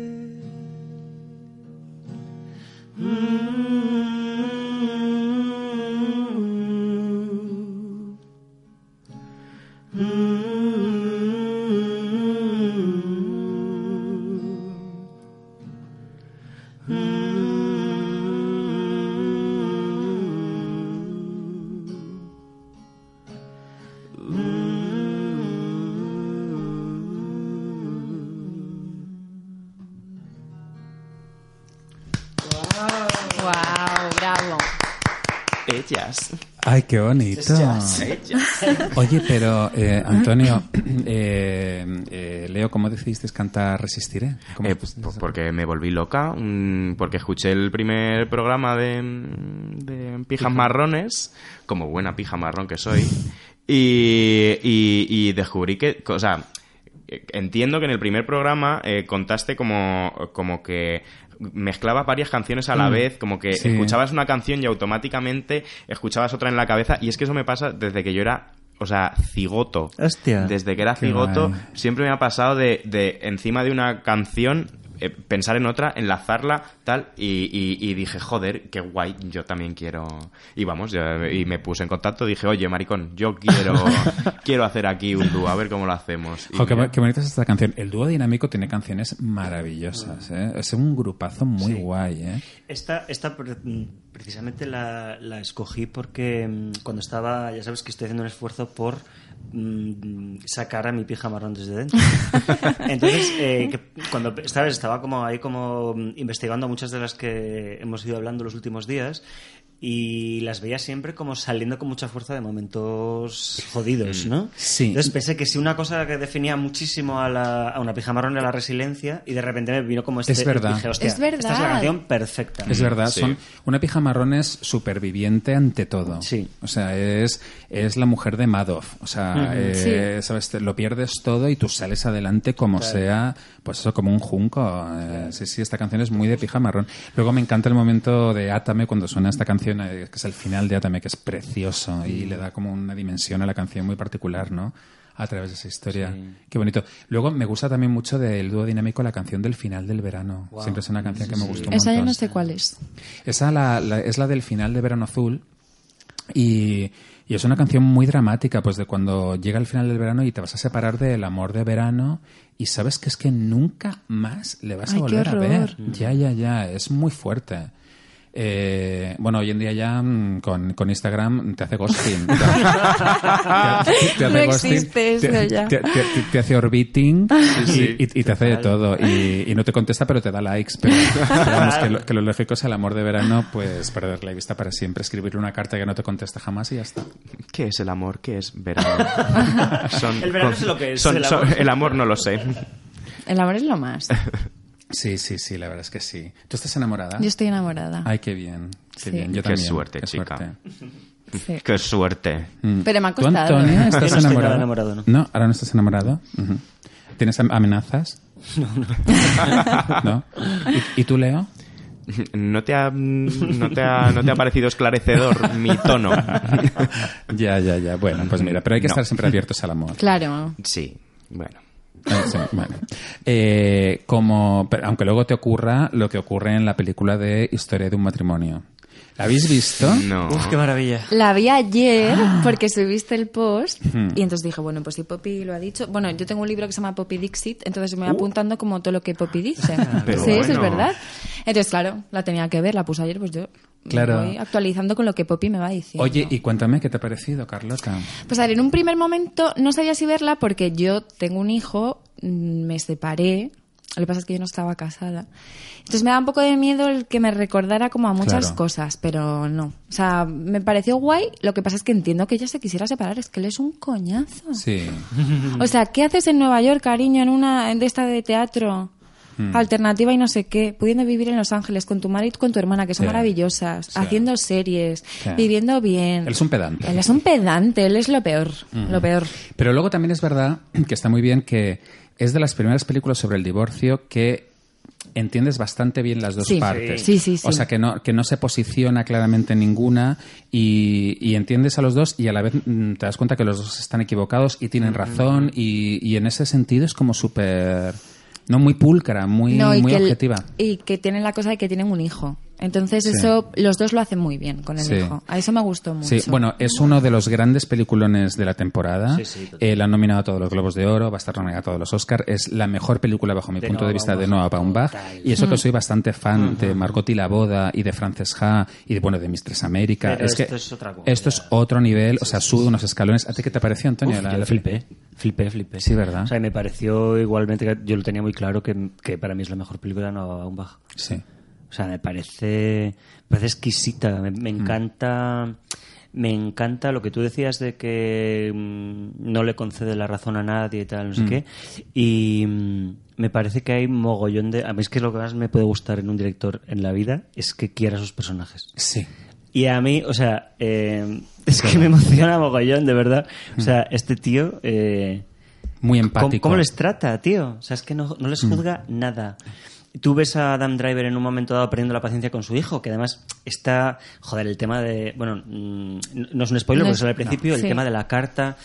Speaker 5: Resistiré. Mm. Mm.
Speaker 4: ¡Wow! Ah, ¡Bravo!
Speaker 2: Ellas.
Speaker 1: Ay, qué bonito. Oye, pero eh, Antonio, eh, eh, Leo, ¿cómo decidisteis cantar Resistiré? ¿Cómo
Speaker 3: Eh,
Speaker 1: fuisteis
Speaker 3: pues,
Speaker 1: a-
Speaker 3: porque me volví loca, mm, porque escuché el primer programa de, mm, de Pijas Marrones, como buena pija marrón que soy, y, y- y descubrí que, o sea, eh, entiendo que en el primer programa eh, contaste como, como que mezclabas varias canciones a la vez, como que
Speaker 1: Mm, Sí.
Speaker 3: escuchabas una canción y automáticamente escuchabas otra en la cabeza, y es que eso me pasa desde que yo era... O sea, cigoto.
Speaker 2: Hostia.
Speaker 3: Desde que era
Speaker 1: Qué
Speaker 3: cigoto,
Speaker 1: guay.
Speaker 3: siempre me ha pasado de, de encima de una canción eh, pensar en otra, enlazarla, tal, y, y- y dije, joder, qué guay, yo también quiero. Y vamos, yo- y me puse en contacto, dije, oye, maricón, yo quiero, quiero hacer aquí un dúo, a ver cómo lo hacemos. Y
Speaker 1: Jo, qué,
Speaker 3: mira,
Speaker 1: bo- qué bonita es esta canción. El dúo dinámico tiene canciones maravillosas. ¿eh? Es un grupazo muy guay. ¿eh?
Speaker 2: Esta, esta pre- mm, precisamente la, la escogí porque mm, cuando estaba, ya sabes que estoy haciendo un esfuerzo por mm, sacar a mi pija marrón desde dentro. Entonces, eh, que cuando esta vez estaba como ahí como mm, investigando muchas de las que hemos ido hablando los últimos días y las veía siempre como saliendo con mucha fuerza de momentos jodidos, ¿no?
Speaker 1: Mm, Sí.
Speaker 2: Entonces pensé que si una cosa que definía muchísimo a, la- a una pija marrón era la resiliencia y de repente me vino como este...
Speaker 1: Es verdad.
Speaker 2: dije, hostia,
Speaker 4: Es verdad.
Speaker 2: Esta es la canción perfecta.
Speaker 1: Es verdad,
Speaker 3: Sí.
Speaker 1: son una pija marrón es superviviente ante todo.
Speaker 2: Sí.
Speaker 1: O sea, es, es la mujer de Madoff. O sea, eh, sabes, te- lo pierdes todo y tú sales adelante como sea, pues eso, como un junco. Eh, Sí, sí, esta canción es muy de pija marrón. Luego me encanta el momento de Atame cuando suena esta canción, eh, que es el final de Atame, que es precioso y le da como una dimensión a la canción muy particular, ¿no? A través de esa historia. Qué bonito. Luego me gusta también mucho del dúo dinámico la canción del final del verano. Siempre es una canción que me gusta un
Speaker 4: Esa yo
Speaker 1: montón.
Speaker 4: no sé cuál es.
Speaker 1: Esa la- la- es la del final de Verano Azul y, y es una canción muy dramática, pues de cuando llega el final del verano y te vas a separar del amor de verano y sabes que es que nunca más le vas
Speaker 4: Ay,
Speaker 1: a
Speaker 4: qué
Speaker 1: volver a ver.
Speaker 4: horror.
Speaker 1: Ya, ya, ya, es muy fuerte. Eh, bueno, hoy en día ya mm, con, con Instagram te hace ghosting. Te- te- te hace
Speaker 4: No
Speaker 1: ghosting,
Speaker 4: existe eso
Speaker 1: te-
Speaker 4: ya.
Speaker 1: te- te, te- te hace orbiting y,
Speaker 3: sí.
Speaker 1: y- y te hace de todo. Y, y no te contesta, pero te da likes. Pero, pero vamos, que, lo, que lo lógico es el amor de verano, pues perder la vista para siempre, escribirle una carta que no te contesta jamás y ya está.
Speaker 3: ¿Qué es el amor? ¿Qué es verano? Son-
Speaker 2: El verano es lo que es,
Speaker 3: son-
Speaker 2: el
Speaker 3: son-
Speaker 2: amor.
Speaker 3: el amor no lo sé.
Speaker 4: El amor es lo más.
Speaker 1: Sí, sí, sí, la verdad es que sí. ¿Tú estás enamorada?
Speaker 4: Yo estoy enamorada.
Speaker 1: Ay, qué bien. Qué
Speaker 4: Sí.
Speaker 1: bien. Yo
Speaker 3: Qué
Speaker 1: también.
Speaker 3: suerte, chica.
Speaker 4: Sí.
Speaker 3: Qué suerte.
Speaker 1: Mm.
Speaker 4: Pero me ha
Speaker 1: ¿Tú,
Speaker 4: costado. ¿eh?
Speaker 1: Antonia, estás
Speaker 2: Yo no estoy
Speaker 1: enamorada?
Speaker 2: nada enamorado, no.
Speaker 1: ahora no estás enamorado. Ujú. ¿Tienes am- amenazas? No, no. ¿Y, y tú, Leo?
Speaker 3: ¿No te ha, no te ha- no te ha parecido esclarecedor mi tono?
Speaker 1: ya, ya, ya. Bueno, pues mira, pero hay que
Speaker 3: No.
Speaker 1: estar siempre abiertos al amor.
Speaker 4: Claro.
Speaker 3: Sí, bueno.
Speaker 1: Eh, sí, bueno. Eh, como, pero aunque luego te ocurra lo que ocurre en la película de Historia de un matrimonio. ¿La habéis visto?
Speaker 3: No.
Speaker 2: Uf, qué maravilla.
Speaker 4: La vi ayer porque subiste el post y entonces dije, bueno, pues si Poppy lo ha dicho. Bueno, yo tengo un libro que se llama Poppy Dixit, entonces
Speaker 1: Uh.
Speaker 4: me voy apuntando como todo lo que Poppy dice.
Speaker 3: Pero
Speaker 4: sí, eso es
Speaker 3: bueno.
Speaker 4: verdad. Entonces, claro, la tenía que ver, la puse ayer, pues yo me
Speaker 1: Claro.
Speaker 4: voy actualizando con lo que Poppy me va diciendo.
Speaker 1: Oye, y cuéntame qué te ha parecido, Carlota.
Speaker 4: Pues a ver, en un primer momento no sabía si verla porque yo tengo un hijo, mm, me separé. Lo que pasa es que yo no estaba casada. Entonces me daba un poco de miedo el que me recordara como a muchas
Speaker 1: Claro.
Speaker 4: cosas, pero no. O sea, me pareció guay. Lo que pasa es que entiendo que ella se quisiera separar, es que él es un coñazo.
Speaker 1: Sí.
Speaker 4: O sea, ¿qué haces en Nueva York, cariño, en una en de esta de teatro?
Speaker 1: Mm.
Speaker 4: Alternativa y no sé qué, pudiendo vivir en Los Ángeles con tu madre y con tu hermana, que son
Speaker 1: Sí.
Speaker 4: maravillosas,
Speaker 1: Sí.
Speaker 4: haciendo series,
Speaker 1: Sí.
Speaker 4: viviendo bien.
Speaker 1: Él es un pedante.
Speaker 4: Él es un pedante, él es lo peor, lo peor.
Speaker 1: Pero luego también es verdad que está muy bien que es de las primeras películas sobre el divorcio que entiendes bastante bien las dos
Speaker 4: Sí.
Speaker 1: partes.
Speaker 4: Sí, sí, sí.
Speaker 1: O sea, que no, que no se posiciona claramente ninguna y, y entiendes a los dos y a la vez mm, te das cuenta que los dos están equivocados y tienen razón y, y en ese sentido es como súper... No, muy pulcra, muy,
Speaker 4: No, y,
Speaker 1: muy
Speaker 4: que el-
Speaker 1: objetiva.
Speaker 4: y que tienen la cosa de que tienen un hijo. Entonces
Speaker 1: Sí.
Speaker 4: eso los dos lo hacen muy bien con el
Speaker 1: Sí.
Speaker 4: hijo. A eso me gustó mucho.
Speaker 1: Sí, bueno, es uno de los grandes peliculones de la temporada.
Speaker 2: Sí, sí, total.
Speaker 1: Eh, la han nominado a todos los Globos de Oro, va a estar nominada a todos los Oscars. Es la mejor película bajo mi
Speaker 2: De
Speaker 1: punto
Speaker 2: Noah
Speaker 1: de vista de
Speaker 2: Baumbach.
Speaker 1: Noah Baumbach.
Speaker 2: Total.
Speaker 1: Y eso que soy bastante fan de Margot y la boda y de Frances Ha y de, bueno, de Mistress América.
Speaker 2: Pero
Speaker 1: es que
Speaker 2: esto es otra cosa.
Speaker 1: esto es otro nivel, o sea, sube unos escalones. ¿A ti qué te pareció, Antonio?
Speaker 2: Uf,
Speaker 1: la-
Speaker 2: yo
Speaker 1: la-
Speaker 2: flipé, ¿eh? flipé, flipé.
Speaker 1: Sí, ¿verdad?
Speaker 2: O sea, y me pareció igualmente, que yo lo tenía muy claro, que, que para mí es la mejor película de Noah Baumbach.
Speaker 1: Sí.
Speaker 2: O sea, me parece, me parece exquisita. Me, me encanta. Me encanta lo que tú decías de que mm, no le concede la razón a nadie y tal, no sé qué. Y mm, me parece que hay mogollón de. A mí es que lo que más me puede gustar en un director en la vida es que quiera a sus personajes.
Speaker 1: Sí.
Speaker 2: Y a mí, o sea, eh, es que me emociona mogollón, de verdad. O sea, este tío. eh,
Speaker 1: Muy
Speaker 2: ¿Cómo,
Speaker 1: empático.
Speaker 2: cómo les trata, tío? O sea, es que no, no les juzga nada. Tú ves a Adam Driver en un momento dado perdiendo la paciencia con su hijo, que además está, joder, el tema de, bueno, mm, no no es un spoiler,
Speaker 4: No
Speaker 2: porque
Speaker 4: es-
Speaker 2: sale al principio, el
Speaker 4: sí.
Speaker 2: tema de la carta,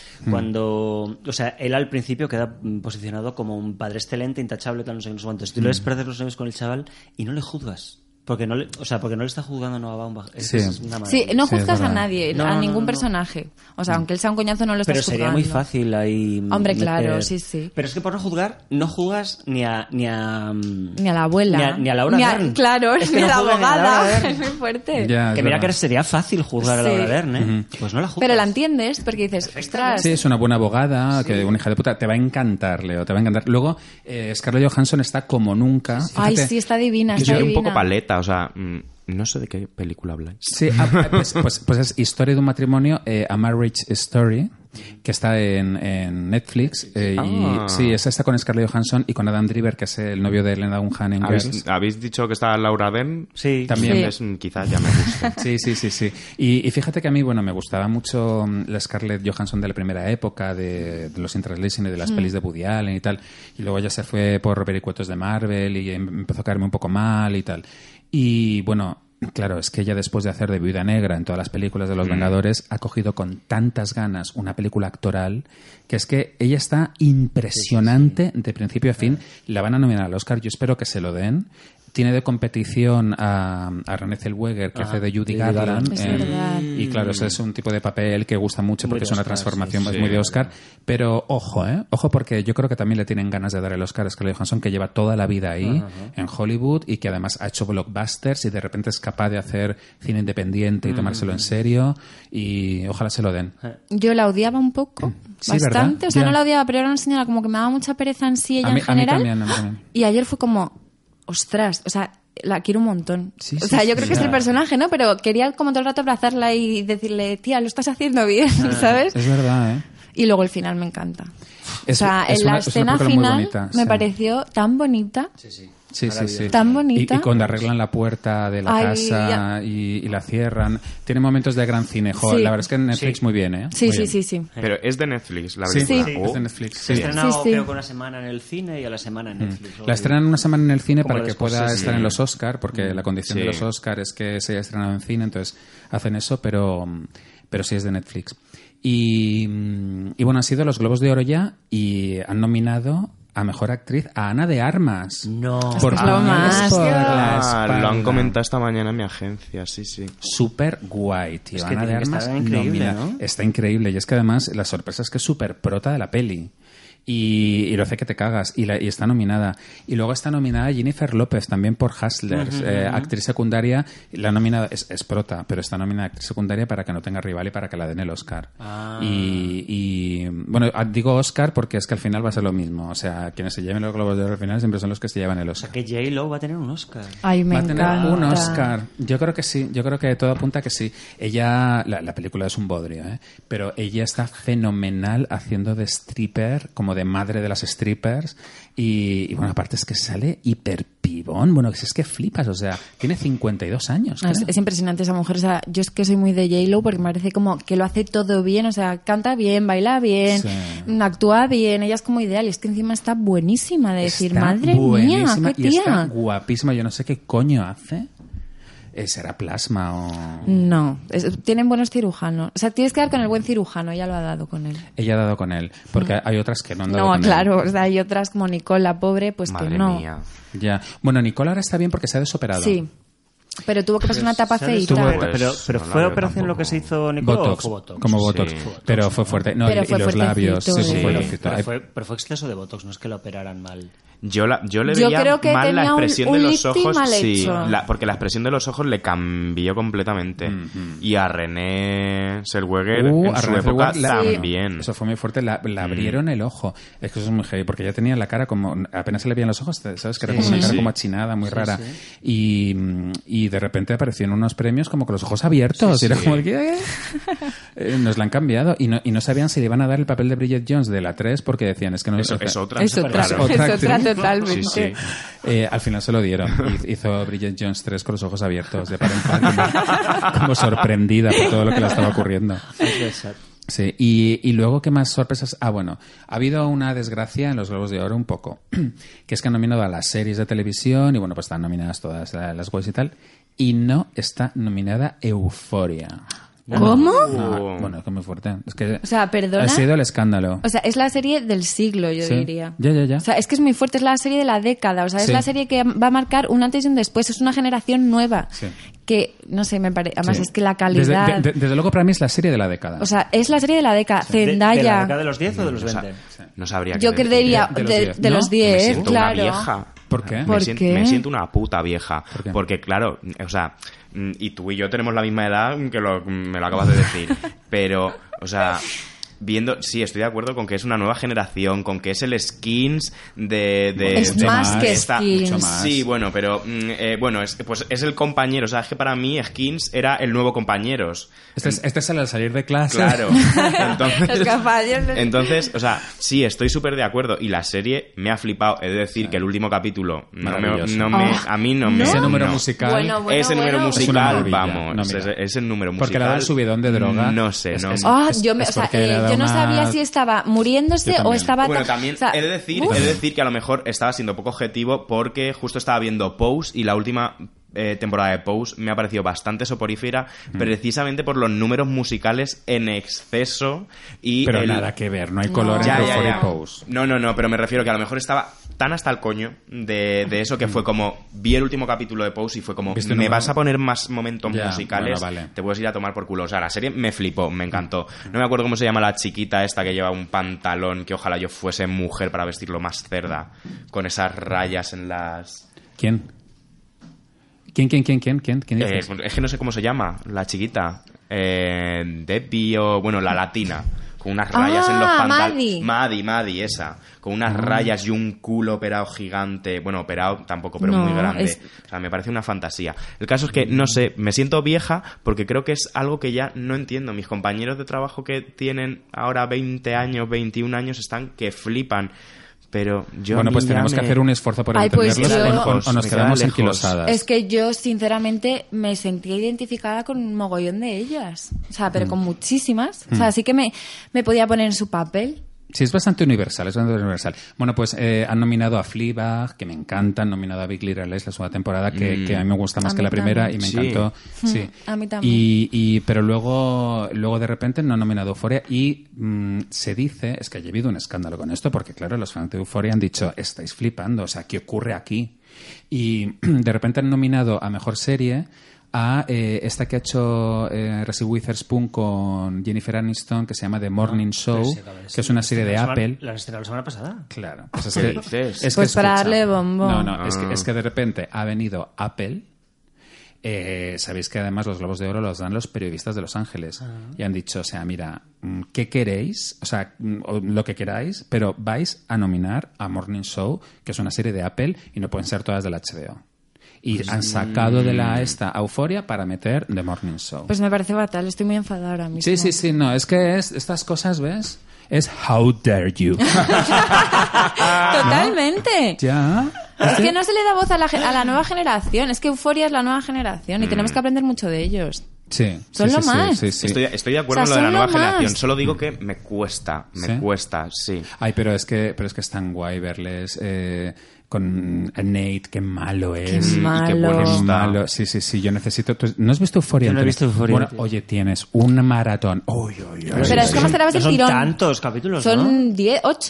Speaker 2: cuando, o sea, él al principio queda mm, posicionado como un padre excelente, intachable, tal, no sé qué, no sé cuántos. Tú le ves perder los años con el chaval y no le juzgas. Porque no le, o sea, porque no le está juzgando no a Baumbach. Es,
Speaker 1: Sí.
Speaker 2: es una
Speaker 4: Sí,
Speaker 2: maravilla.
Speaker 4: no
Speaker 1: Sí, es
Speaker 4: juzgas a
Speaker 1: verdad.
Speaker 4: nadie,
Speaker 2: No,
Speaker 4: a
Speaker 2: no,
Speaker 4: ningún
Speaker 2: no, no.
Speaker 4: personaje. O sea, aunque él sea un coñazo no lo
Speaker 2: Pero
Speaker 4: estás
Speaker 2: sería muy
Speaker 4: juzgando.
Speaker 2: fácil ahí. mm,
Speaker 4: Hombre, claro, sí, sí.
Speaker 2: Pero es que por no juzgar, no juzgas ni a. Ni a, mm,
Speaker 4: Ni a la abuela.
Speaker 2: Ni a, ni a Laura Dern.
Speaker 4: Claro,
Speaker 2: Es que
Speaker 4: ni
Speaker 2: no
Speaker 4: a la
Speaker 2: juzga ni a Laura
Speaker 4: abogada.
Speaker 2: Dern.
Speaker 4: Es muy fuerte.
Speaker 1: Ya, es
Speaker 2: Que mira
Speaker 1: verdad.
Speaker 2: que sería fácil juzgar a
Speaker 4: Sí.
Speaker 2: Laura Dern, ¿eh? Pues no la juzgas.
Speaker 4: Pero la entiendes porque dices, ostras,
Speaker 1: Sí, es una buena abogada, que una hija de puta. Te va a encantar, Leo, te va a encantar. Luego, eh, Scarlett Johansson está como nunca.
Speaker 4: ay,
Speaker 1: Fíjate,
Speaker 4: sí, está divina,
Speaker 3: Es
Speaker 4: está
Speaker 3: un
Speaker 4: divina.
Speaker 3: poco paleta, o sea, mm, no sé de qué película habláis.
Speaker 1: Sí, ah, ah, pues, pues- pues es Historia de un matrimonio, eh, A Marriage Story, que está en, en Netflix. eh,
Speaker 3: Ah.
Speaker 1: y, sí, esa está con Scarlett Johansson y con Adam Driver, que es el novio de Elena Dunham en Girls.
Speaker 3: ¿Habéis, habéis dicho que está Laura Dern?
Speaker 2: Sí.
Speaker 1: También.
Speaker 4: Sí.
Speaker 3: Es, mm, quizás ya me gusta.
Speaker 1: Sí, sí, sí, sí. Y, y fíjate que a mí, bueno, me gustaba mucho mm, la Scarlett Johansson de la primera época, de, de los interlacing y de las pelis de Woody Allen y tal. Y luego ya se fue por vericuetos de Marvel y em- empezó a caerme un poco mal y tal. Y bueno, claro, es que ella después de hacer de Viuda Negra en todas las películas de Los Vengadores ha cogido con tantas ganas una película actoral que es que ella está impresionante de principio a fin. La van a nominar al Oscar, yo espero que se lo den. Tiene de competición a, a René Zellweger, que hace de Judy
Speaker 2: Ah, Judy
Speaker 1: Garland.
Speaker 2: Garland.
Speaker 4: Es
Speaker 1: eh,
Speaker 4: verdad.
Speaker 1: y claro, ese es un tipo de papel que gusta mucho
Speaker 2: Muy
Speaker 1: porque
Speaker 2: de
Speaker 1: es una
Speaker 2: Oscar,
Speaker 1: transformación,
Speaker 2: sí,
Speaker 1: es
Speaker 3: sí.
Speaker 1: muy de Oscar. Pero ojo, ¿eh? Ojo porque yo creo que también le tienen ganas de dar el Oscar a Scarlett Johansson, que lleva toda la vida ahí, en Hollywood, y que además ha hecho blockbusters y de repente es capaz de hacer cine
Speaker 2: Mm.
Speaker 1: independiente y tomárselo en serio. Y ojalá se lo den.
Speaker 2: Eh.
Speaker 4: Yo la odiaba un poco,
Speaker 1: Sí,
Speaker 4: bastante.
Speaker 1: ¿verdad?
Speaker 4: O sea,
Speaker 1: Ya.
Speaker 4: no la odiaba, pero era una señora como que me daba mucha pereza en sí ella
Speaker 1: A mí-
Speaker 4: en
Speaker 1: a mí
Speaker 4: general.
Speaker 1: también, a mí también.
Speaker 4: Y ayer fue como, ostras, o sea, la quiero un montón.
Speaker 1: Sí,
Speaker 4: o
Speaker 1: sí,
Speaker 4: sea, yo
Speaker 1: sí,
Speaker 4: creo
Speaker 1: sí.
Speaker 4: que es el
Speaker 1: Ya.
Speaker 4: personaje, ¿no? Pero quería como todo el rato abrazarla y decirle, tía, lo estás haciendo bien,
Speaker 1: Ah,
Speaker 4: ¿sabes?
Speaker 1: Es verdad, ¿eh?
Speaker 4: Y luego el final me encanta.
Speaker 1: Es-
Speaker 4: o sea,
Speaker 1: es
Speaker 4: en
Speaker 1: una-
Speaker 4: la
Speaker 1: es una
Speaker 4: escena
Speaker 1: película muy
Speaker 4: final
Speaker 1: bonita,
Speaker 4: me
Speaker 1: sí.
Speaker 4: pareció tan bonita.
Speaker 1: Sí, sí, sí.
Speaker 4: Tan
Speaker 1: Y-
Speaker 4: bonita.
Speaker 1: Y, cuando arreglan la puerta de la
Speaker 4: Ay,
Speaker 1: casa
Speaker 4: ya.
Speaker 1: y, y la cierran. Tiene momentos de gran cine. jo,
Speaker 4: Sí.
Speaker 1: La verdad es que Netflix muy bien, ¿eh?
Speaker 4: Sí,
Speaker 1: Muy
Speaker 4: sí,
Speaker 1: bien.
Speaker 4: sí, sí.
Speaker 3: Pero es de Netflix, la
Speaker 1: Sí,
Speaker 3: película.
Speaker 4: Sí.
Speaker 3: Oh.
Speaker 1: es de Netflix.
Speaker 2: Se
Speaker 1: sí.
Speaker 2: estrena
Speaker 4: Sí, sí.
Speaker 2: creo que una semana en el cine y a la semana en Netflix.
Speaker 1: La estrenan una semana en el cine
Speaker 2: Como
Speaker 1: para
Speaker 2: la
Speaker 1: que
Speaker 2: de
Speaker 1: pueda
Speaker 2: Scorsese.
Speaker 1: estar en
Speaker 3: Sí.
Speaker 1: los Oscar, porque la condición de
Speaker 3: Sí.
Speaker 1: los Oscar es que se haya estrenado en cine, entonces hacen eso, pero, pero sí es de Netflix. Y, mm, y bueno, han sido los Globos de Oro ya y han nominado a mejor actriz a Ana de Armas.
Speaker 2: No.
Speaker 1: Por
Speaker 4: Es que es lo
Speaker 1: puñales
Speaker 4: más,
Speaker 1: por
Speaker 4: tío.
Speaker 1: la
Speaker 3: Ah,
Speaker 1: espalda.
Speaker 3: lo han comentado esta mañana en mi agencia, sí, sí.
Speaker 1: Súper guay, tío.
Speaker 2: Es que
Speaker 1: Ana de
Speaker 2: tiene que
Speaker 1: Armas.
Speaker 2: estar increíble,
Speaker 1: nominada.
Speaker 2: ¿no?
Speaker 1: Está increíble. Y es que además la sorpresa es que es súper prota de la peli. Y, y lo hace que te cagas. Y, la- y está nominada. Y luego está nominada Jennifer López también por Hustlers. eh, actriz secundaria. La nominada es, es prota, pero está nominada actriz secundaria para que no tenga rival y para que la den el Oscar.
Speaker 2: Ah.
Speaker 1: Y, y, bueno, ah, digo Oscar porque es que al final va a ser lo mismo. O sea, quienes se lleven los globos de oro al final siempre son los que se llevan el
Speaker 2: O sea
Speaker 1: Oscar.
Speaker 2: que J-Lo va a tener un Oscar.
Speaker 4: Ay, me
Speaker 1: Va a tener
Speaker 4: encanta.
Speaker 1: un Oscar. Yo creo que sí, yo creo que todo apunta a que sí. Ella, la, la película es un bodrio, ¿eh? pero ella está fenomenal haciendo de stripper, como de madre de las strippers. Y, y, bueno, aparte es que sale hiper pibón. Bueno, es que flipas, o sea, tiene 52 años.
Speaker 4: Ah, Es,
Speaker 1: creo.
Speaker 4: es impresionante esa mujer. O sea, yo es que soy muy de J-Lo porque me parece como que lo hace todo bien. O sea, canta bien, baila bien,
Speaker 1: Sí.
Speaker 4: mm, actúa bien. Ella es como ideal. Y es que encima está buenísima de decir,
Speaker 1: Está
Speaker 4: madre mía,
Speaker 1: buenísima
Speaker 4: qué
Speaker 1: y está
Speaker 4: tía.
Speaker 1: guapísima. Yo no sé qué coño hace. Eh, ¿Será plasma o...?
Speaker 4: No, es- tienen buenos cirujanos. O sea, tienes que dar con el buen cirujano. Ella lo ha dado con él.
Speaker 1: Ella ha dado con él, porque hay otras que no han dado
Speaker 4: No,
Speaker 1: con él.
Speaker 4: claro. O sea, hay otras como Nicola, pobre, pues que
Speaker 3: Madre
Speaker 4: no.
Speaker 3: mía.
Speaker 1: Ya. Bueno, Nicola ahora está bien porque se ha desoperado.
Speaker 4: Sí. Pero tuvo que pasar una etapa
Speaker 2: ¿Sabes?
Speaker 4: feita.
Speaker 2: Tuvo-
Speaker 3: Pues,
Speaker 2: pero pero
Speaker 3: no la
Speaker 2: fue
Speaker 3: veo
Speaker 2: operación
Speaker 3: tampoco.
Speaker 2: lo que se hizo Nicola
Speaker 1: Botox,
Speaker 2: o fue Botox.
Speaker 1: como Botox,
Speaker 3: Sí.
Speaker 1: pero fue fuerte. No,
Speaker 4: Pero
Speaker 1: y,
Speaker 4: fue
Speaker 1: y los labios, sí,
Speaker 4: fuertecito,
Speaker 1: fue
Speaker 4: ¿eh?
Speaker 1: fuertecito.
Speaker 2: Pero
Speaker 1: Ay,
Speaker 2: fue, pero fue exceso de Botox, no es que la operaran mal.
Speaker 3: Yo, la, yo le
Speaker 4: Yo
Speaker 3: veía
Speaker 4: creo que
Speaker 3: mal la
Speaker 4: tenía un-
Speaker 3: expresión
Speaker 4: un
Speaker 3: de los
Speaker 4: lifting
Speaker 3: ojos.
Speaker 4: mal
Speaker 3: sí,
Speaker 4: hecho.
Speaker 3: la- porque la expresión de los ojos le cambió completamente. Y a René Selweger
Speaker 1: uh,
Speaker 3: en
Speaker 1: a
Speaker 3: su
Speaker 1: Renée
Speaker 3: época
Speaker 1: Zellweger la-
Speaker 3: también. Mm.
Speaker 1: Eso fue muy fuerte. La, la abrieron el ojo. Es que eso es muy heavy, porque ya tenía la cara como. Apenas se le veían los ojos, ¿sabes? Que era como
Speaker 3: Sí,
Speaker 1: una cara
Speaker 3: sí.
Speaker 1: como achinada, muy rara. Y, mm, y de repente aparecieron unos premios como con los ojos abiertos. y era como. ¿qué? Eh, Nos la han cambiado. Y no, y no sabían si le iban a dar el papel de Bridget Jones de la 3 porque decían, es que no
Speaker 3: Eso-
Speaker 1: o sea,
Speaker 3: es otra.
Speaker 4: Es
Speaker 3: eso
Speaker 4: otra,
Speaker 3: claro.
Speaker 1: otra
Speaker 4: es otra
Speaker 1: actriz.
Speaker 4: totalmente.
Speaker 3: Sí, sí.
Speaker 1: Eh, al final se lo dieron. Hiz- Hizo Bridget Jones 3 con los ojos abiertos, de par en par, como, como sorprendida por todo lo que le estaba ocurriendo. Sí, y, y luego, ¿qué más sorpresas? Ah, bueno, ha habido una desgracia en los Globos de Oro un poco, que es que han nominado a las series de televisión y bueno, pues están nominadas todas la- las webs y tal, y no está nominada Euforia.
Speaker 4: ¿Cómo? Uh.
Speaker 1: No, bueno, es que es muy fuerte. Es que
Speaker 4: O sea, perdona.
Speaker 1: ha sido el escándalo.
Speaker 4: O sea, es la serie del siglo, yo
Speaker 1: Sí.
Speaker 4: diría.
Speaker 1: Ya, ya, ya.
Speaker 4: O sea, es que es muy fuerte, es la serie de la década. O sea, es
Speaker 1: Sí.
Speaker 4: la serie que va a marcar un antes y un después. Es una generación nueva.
Speaker 1: Sí.
Speaker 4: Que, no sé, me parece. Además,
Speaker 1: Sí.
Speaker 4: es que la
Speaker 1: Desde-
Speaker 4: calidad.
Speaker 1: de- de- desde luego, para mí es la serie de la década.
Speaker 4: O sea, es la serie de la década.
Speaker 2: ¿De, de la
Speaker 4: Zendaya.
Speaker 2: década de los 10 o de los
Speaker 3: O sea,
Speaker 2: 20?
Speaker 3: no sabría
Speaker 4: yo
Speaker 3: qué decir.
Speaker 4: creería
Speaker 1: de- de los
Speaker 4: de,
Speaker 1: diez,
Speaker 4: de
Speaker 1: ¿no?
Speaker 4: los
Speaker 3: Me
Speaker 4: 10,
Speaker 3: siento
Speaker 4: claro.
Speaker 3: una vieja.
Speaker 1: ¿Por qué?
Speaker 4: ¿Por
Speaker 3: me, siento,
Speaker 4: qué?
Speaker 3: me siento una puta vieja.
Speaker 1: ¿Por qué?
Speaker 3: Porque, claro, o sea, mm, y tú y yo tenemos la misma edad que lo, me lo acabas de decir. pero, o sea, viendo, sí, estoy de acuerdo con que es una nueva generación, con que es el skins de. de-
Speaker 4: Es
Speaker 3: de-
Speaker 4: más
Speaker 3: de
Speaker 4: que
Speaker 3: esta-
Speaker 4: Skins. Mucho
Speaker 1: más.
Speaker 3: Sí, bueno, pero, mm, eh, bueno, es, pues es el compañero. O sea, es que para mí skins era el nuevo compañeros.
Speaker 1: Este es, este es el al salir de clase.
Speaker 3: Claro. Entonces,
Speaker 4: Los caballos de-
Speaker 3: entonces, o sea, sí, estoy súper de acuerdo. Y la serie me ha flipado. He de decir que el último capítulo no me,
Speaker 1: Maravilloso.
Speaker 3: no me-
Speaker 4: Oh.
Speaker 3: a mí no me...
Speaker 1: Ese número
Speaker 3: no.
Speaker 1: musical.
Speaker 4: Bueno, bueno.
Speaker 3: ese número
Speaker 4: bueno.
Speaker 1: Es una
Speaker 3: musical,
Speaker 1: maravilla.
Speaker 3: vamos.
Speaker 1: No, mira.
Speaker 3: ese, ese número musical.
Speaker 1: Porque le ha dado el subidón de droga.
Speaker 3: No sé,
Speaker 1: Es-
Speaker 3: no.
Speaker 1: es-
Speaker 4: Ah,
Speaker 1: es-
Speaker 4: yo, me-
Speaker 1: es
Speaker 4: o sea,
Speaker 1: porque le ha
Speaker 4: eh,
Speaker 1: dado
Speaker 4: yo no
Speaker 1: una-
Speaker 4: sabía si estaba muriéndose
Speaker 1: Yo
Speaker 4: o
Speaker 1: también.
Speaker 4: estaba.
Speaker 3: Bueno,
Speaker 4: ta-
Speaker 3: también
Speaker 4: o sea,
Speaker 3: he de decir,
Speaker 4: uf.
Speaker 3: he de decir que a lo mejor estaba siendo poco objetivo porque justo estaba viendo Pose y la última eh, temporada de Pose me ha parecido bastante soporífera
Speaker 1: Mm.
Speaker 3: precisamente por los números musicales en exceso y
Speaker 1: Pero
Speaker 3: el-
Speaker 1: nada que ver, no hay color
Speaker 4: Ya,
Speaker 1: en
Speaker 4: ya,
Speaker 1: Euphoria
Speaker 4: ya.
Speaker 1: Pose.
Speaker 3: No, no, no, pero me refiero que a lo mejor estaba tan hasta el coño de, de eso que fue como vi el último capítulo de Pose y fue como
Speaker 1: ¿Viste el
Speaker 3: me
Speaker 1: número?
Speaker 3: vas a poner más momentos
Speaker 1: Ya,
Speaker 3: musicales,
Speaker 1: bueno, vale.
Speaker 3: te puedes ir a tomar por culo. O sea, la serie me flipó, me encantó. No me acuerdo cómo se llama la chiquita esta que lleva un pantalón que ojalá yo fuese mujer para vestirlo más cerda con esas rayas en las
Speaker 1: ¿Quién? ¿Quién, quién, quién, quién, quién? quién
Speaker 3: Eh,
Speaker 1: dices?
Speaker 3: es que no sé cómo se llama la chiquita. Eh, Debbie o, bueno, la latina. Con unas
Speaker 4: Ah,
Speaker 3: rayas en los
Speaker 4: Maddie.
Speaker 3: pantalones. Maddy, Maddy, esa. Con unas
Speaker 1: Ah.
Speaker 3: rayas y un culo operado gigante. Bueno, operado tampoco, pero
Speaker 4: No,
Speaker 3: muy grande.
Speaker 4: es-
Speaker 3: O sea, me parece una fantasía. El caso es que, no sé, me siento vieja porque creo que es algo que ya no entiendo. Mis compañeros de trabajo que tienen ahora 20 años, 21 años, están que flipan. Pero yo. a
Speaker 1: bueno,
Speaker 3: mí
Speaker 1: pues
Speaker 3: ya
Speaker 1: tenemos que
Speaker 3: me-
Speaker 1: hacer un esfuerzo por
Speaker 4: Ay, pues
Speaker 1: entenderlos
Speaker 4: yo-
Speaker 1: o- o, o nos quedamos
Speaker 3: Me queda lejos.
Speaker 1: enquilosadas.
Speaker 4: Es que yo, sinceramente, me sentía identificada con un mogollón de ellas. O sea, pero con muchísimas. O sea, así que me, me podía poner en su papel.
Speaker 1: Sí, es bastante universal, es bastante universal. Bueno, pues eh, han nominado a Fleabag, que me encanta, han nominado a Big Little Lies la segunda temporada, que, que a mí me gusta más
Speaker 4: A
Speaker 1: que
Speaker 4: mí
Speaker 1: la primera y me
Speaker 3: Sí.
Speaker 1: encantó. Sí.
Speaker 4: a mí también.
Speaker 1: Y, y- pero luego, luego de repente no han nominado Euphoria y mm, se dice, es que haya habido un escándalo con esto, porque claro, los fans de Euphoria han dicho, estáis flipando, o sea, ¿qué ocurre aquí? Y de repente han nominado a Mejor Serie a eh, esta que ha hecho eh, Reese Witherspoon con Jennifer Aniston, que se llama The Morning Show,
Speaker 2: Pero sí, acaba de
Speaker 1: que es una serie de
Speaker 2: La semana-
Speaker 1: Apple.
Speaker 2: La estrenó la semana pasada.
Speaker 1: Claro. Pues es
Speaker 3: ¿Qué
Speaker 1: que,
Speaker 3: dices?
Speaker 1: es que
Speaker 4: Pues para
Speaker 1: escucha,
Speaker 4: darle bombón.
Speaker 1: No, no, es, que,
Speaker 3: Ah.
Speaker 1: es que de repente ha venido Apple. eh, Sabéis que además los globos de oro los dan los periodistas de Los Ángeles.
Speaker 3: Ah.
Speaker 1: Y han dicho, o sea, mira, mm, ¿qué queréis? O sea, mm, o lo que queráis, pero vais a nominar a Morning Show, que es una serie de Apple, y no pueden ser todas del HBO. Y
Speaker 3: Pues,
Speaker 1: han sacado de
Speaker 3: mm.
Speaker 1: la esta euforia para meter The Morning Show.
Speaker 4: Pues me parece fatal, estoy muy enfadada ahora mismo.
Speaker 1: Sí, sí, sí, no, es que es, estas cosas, ¿ves? Es how dare you.
Speaker 4: Totalmente.
Speaker 1: ya.
Speaker 4: Es que no se le da voz a la, ge- a la nueva generación. Es que Euforia es la nueva generación y tenemos que aprender mucho de ellos.
Speaker 1: Sí.
Speaker 4: Son
Speaker 1: sí,
Speaker 4: lo
Speaker 1: sí, sí,
Speaker 4: más.
Speaker 1: sí, sí.
Speaker 3: Estoy, estoy de acuerdo
Speaker 4: O sea,
Speaker 3: en lo de la
Speaker 4: son
Speaker 3: nueva
Speaker 4: lo más.
Speaker 3: generación. Solo digo que me cuesta, me
Speaker 1: ¿Sí?
Speaker 3: cuesta, sí.
Speaker 1: Ay, pero es que, pero es que es tan guay verles eh, con a Nate, qué malo es.
Speaker 4: Qué
Speaker 1: Y qué
Speaker 4: malo.
Speaker 1: bueno es
Speaker 3: Está.
Speaker 1: malo. Sí, sí, sí, yo necesito... ¿tú- ¿No has visto Euphoria?
Speaker 2: Yo no he
Speaker 1: Antonio?
Speaker 2: visto Euphoria,
Speaker 1: Bueno,
Speaker 2: tío.
Speaker 1: oye, tienes un maratón. Uy, uy, uy.
Speaker 4: Pero es que más te la ves
Speaker 2: No
Speaker 4: del
Speaker 2: son
Speaker 4: tirón.
Speaker 2: tantos capítulos,
Speaker 4: Son 10, 8?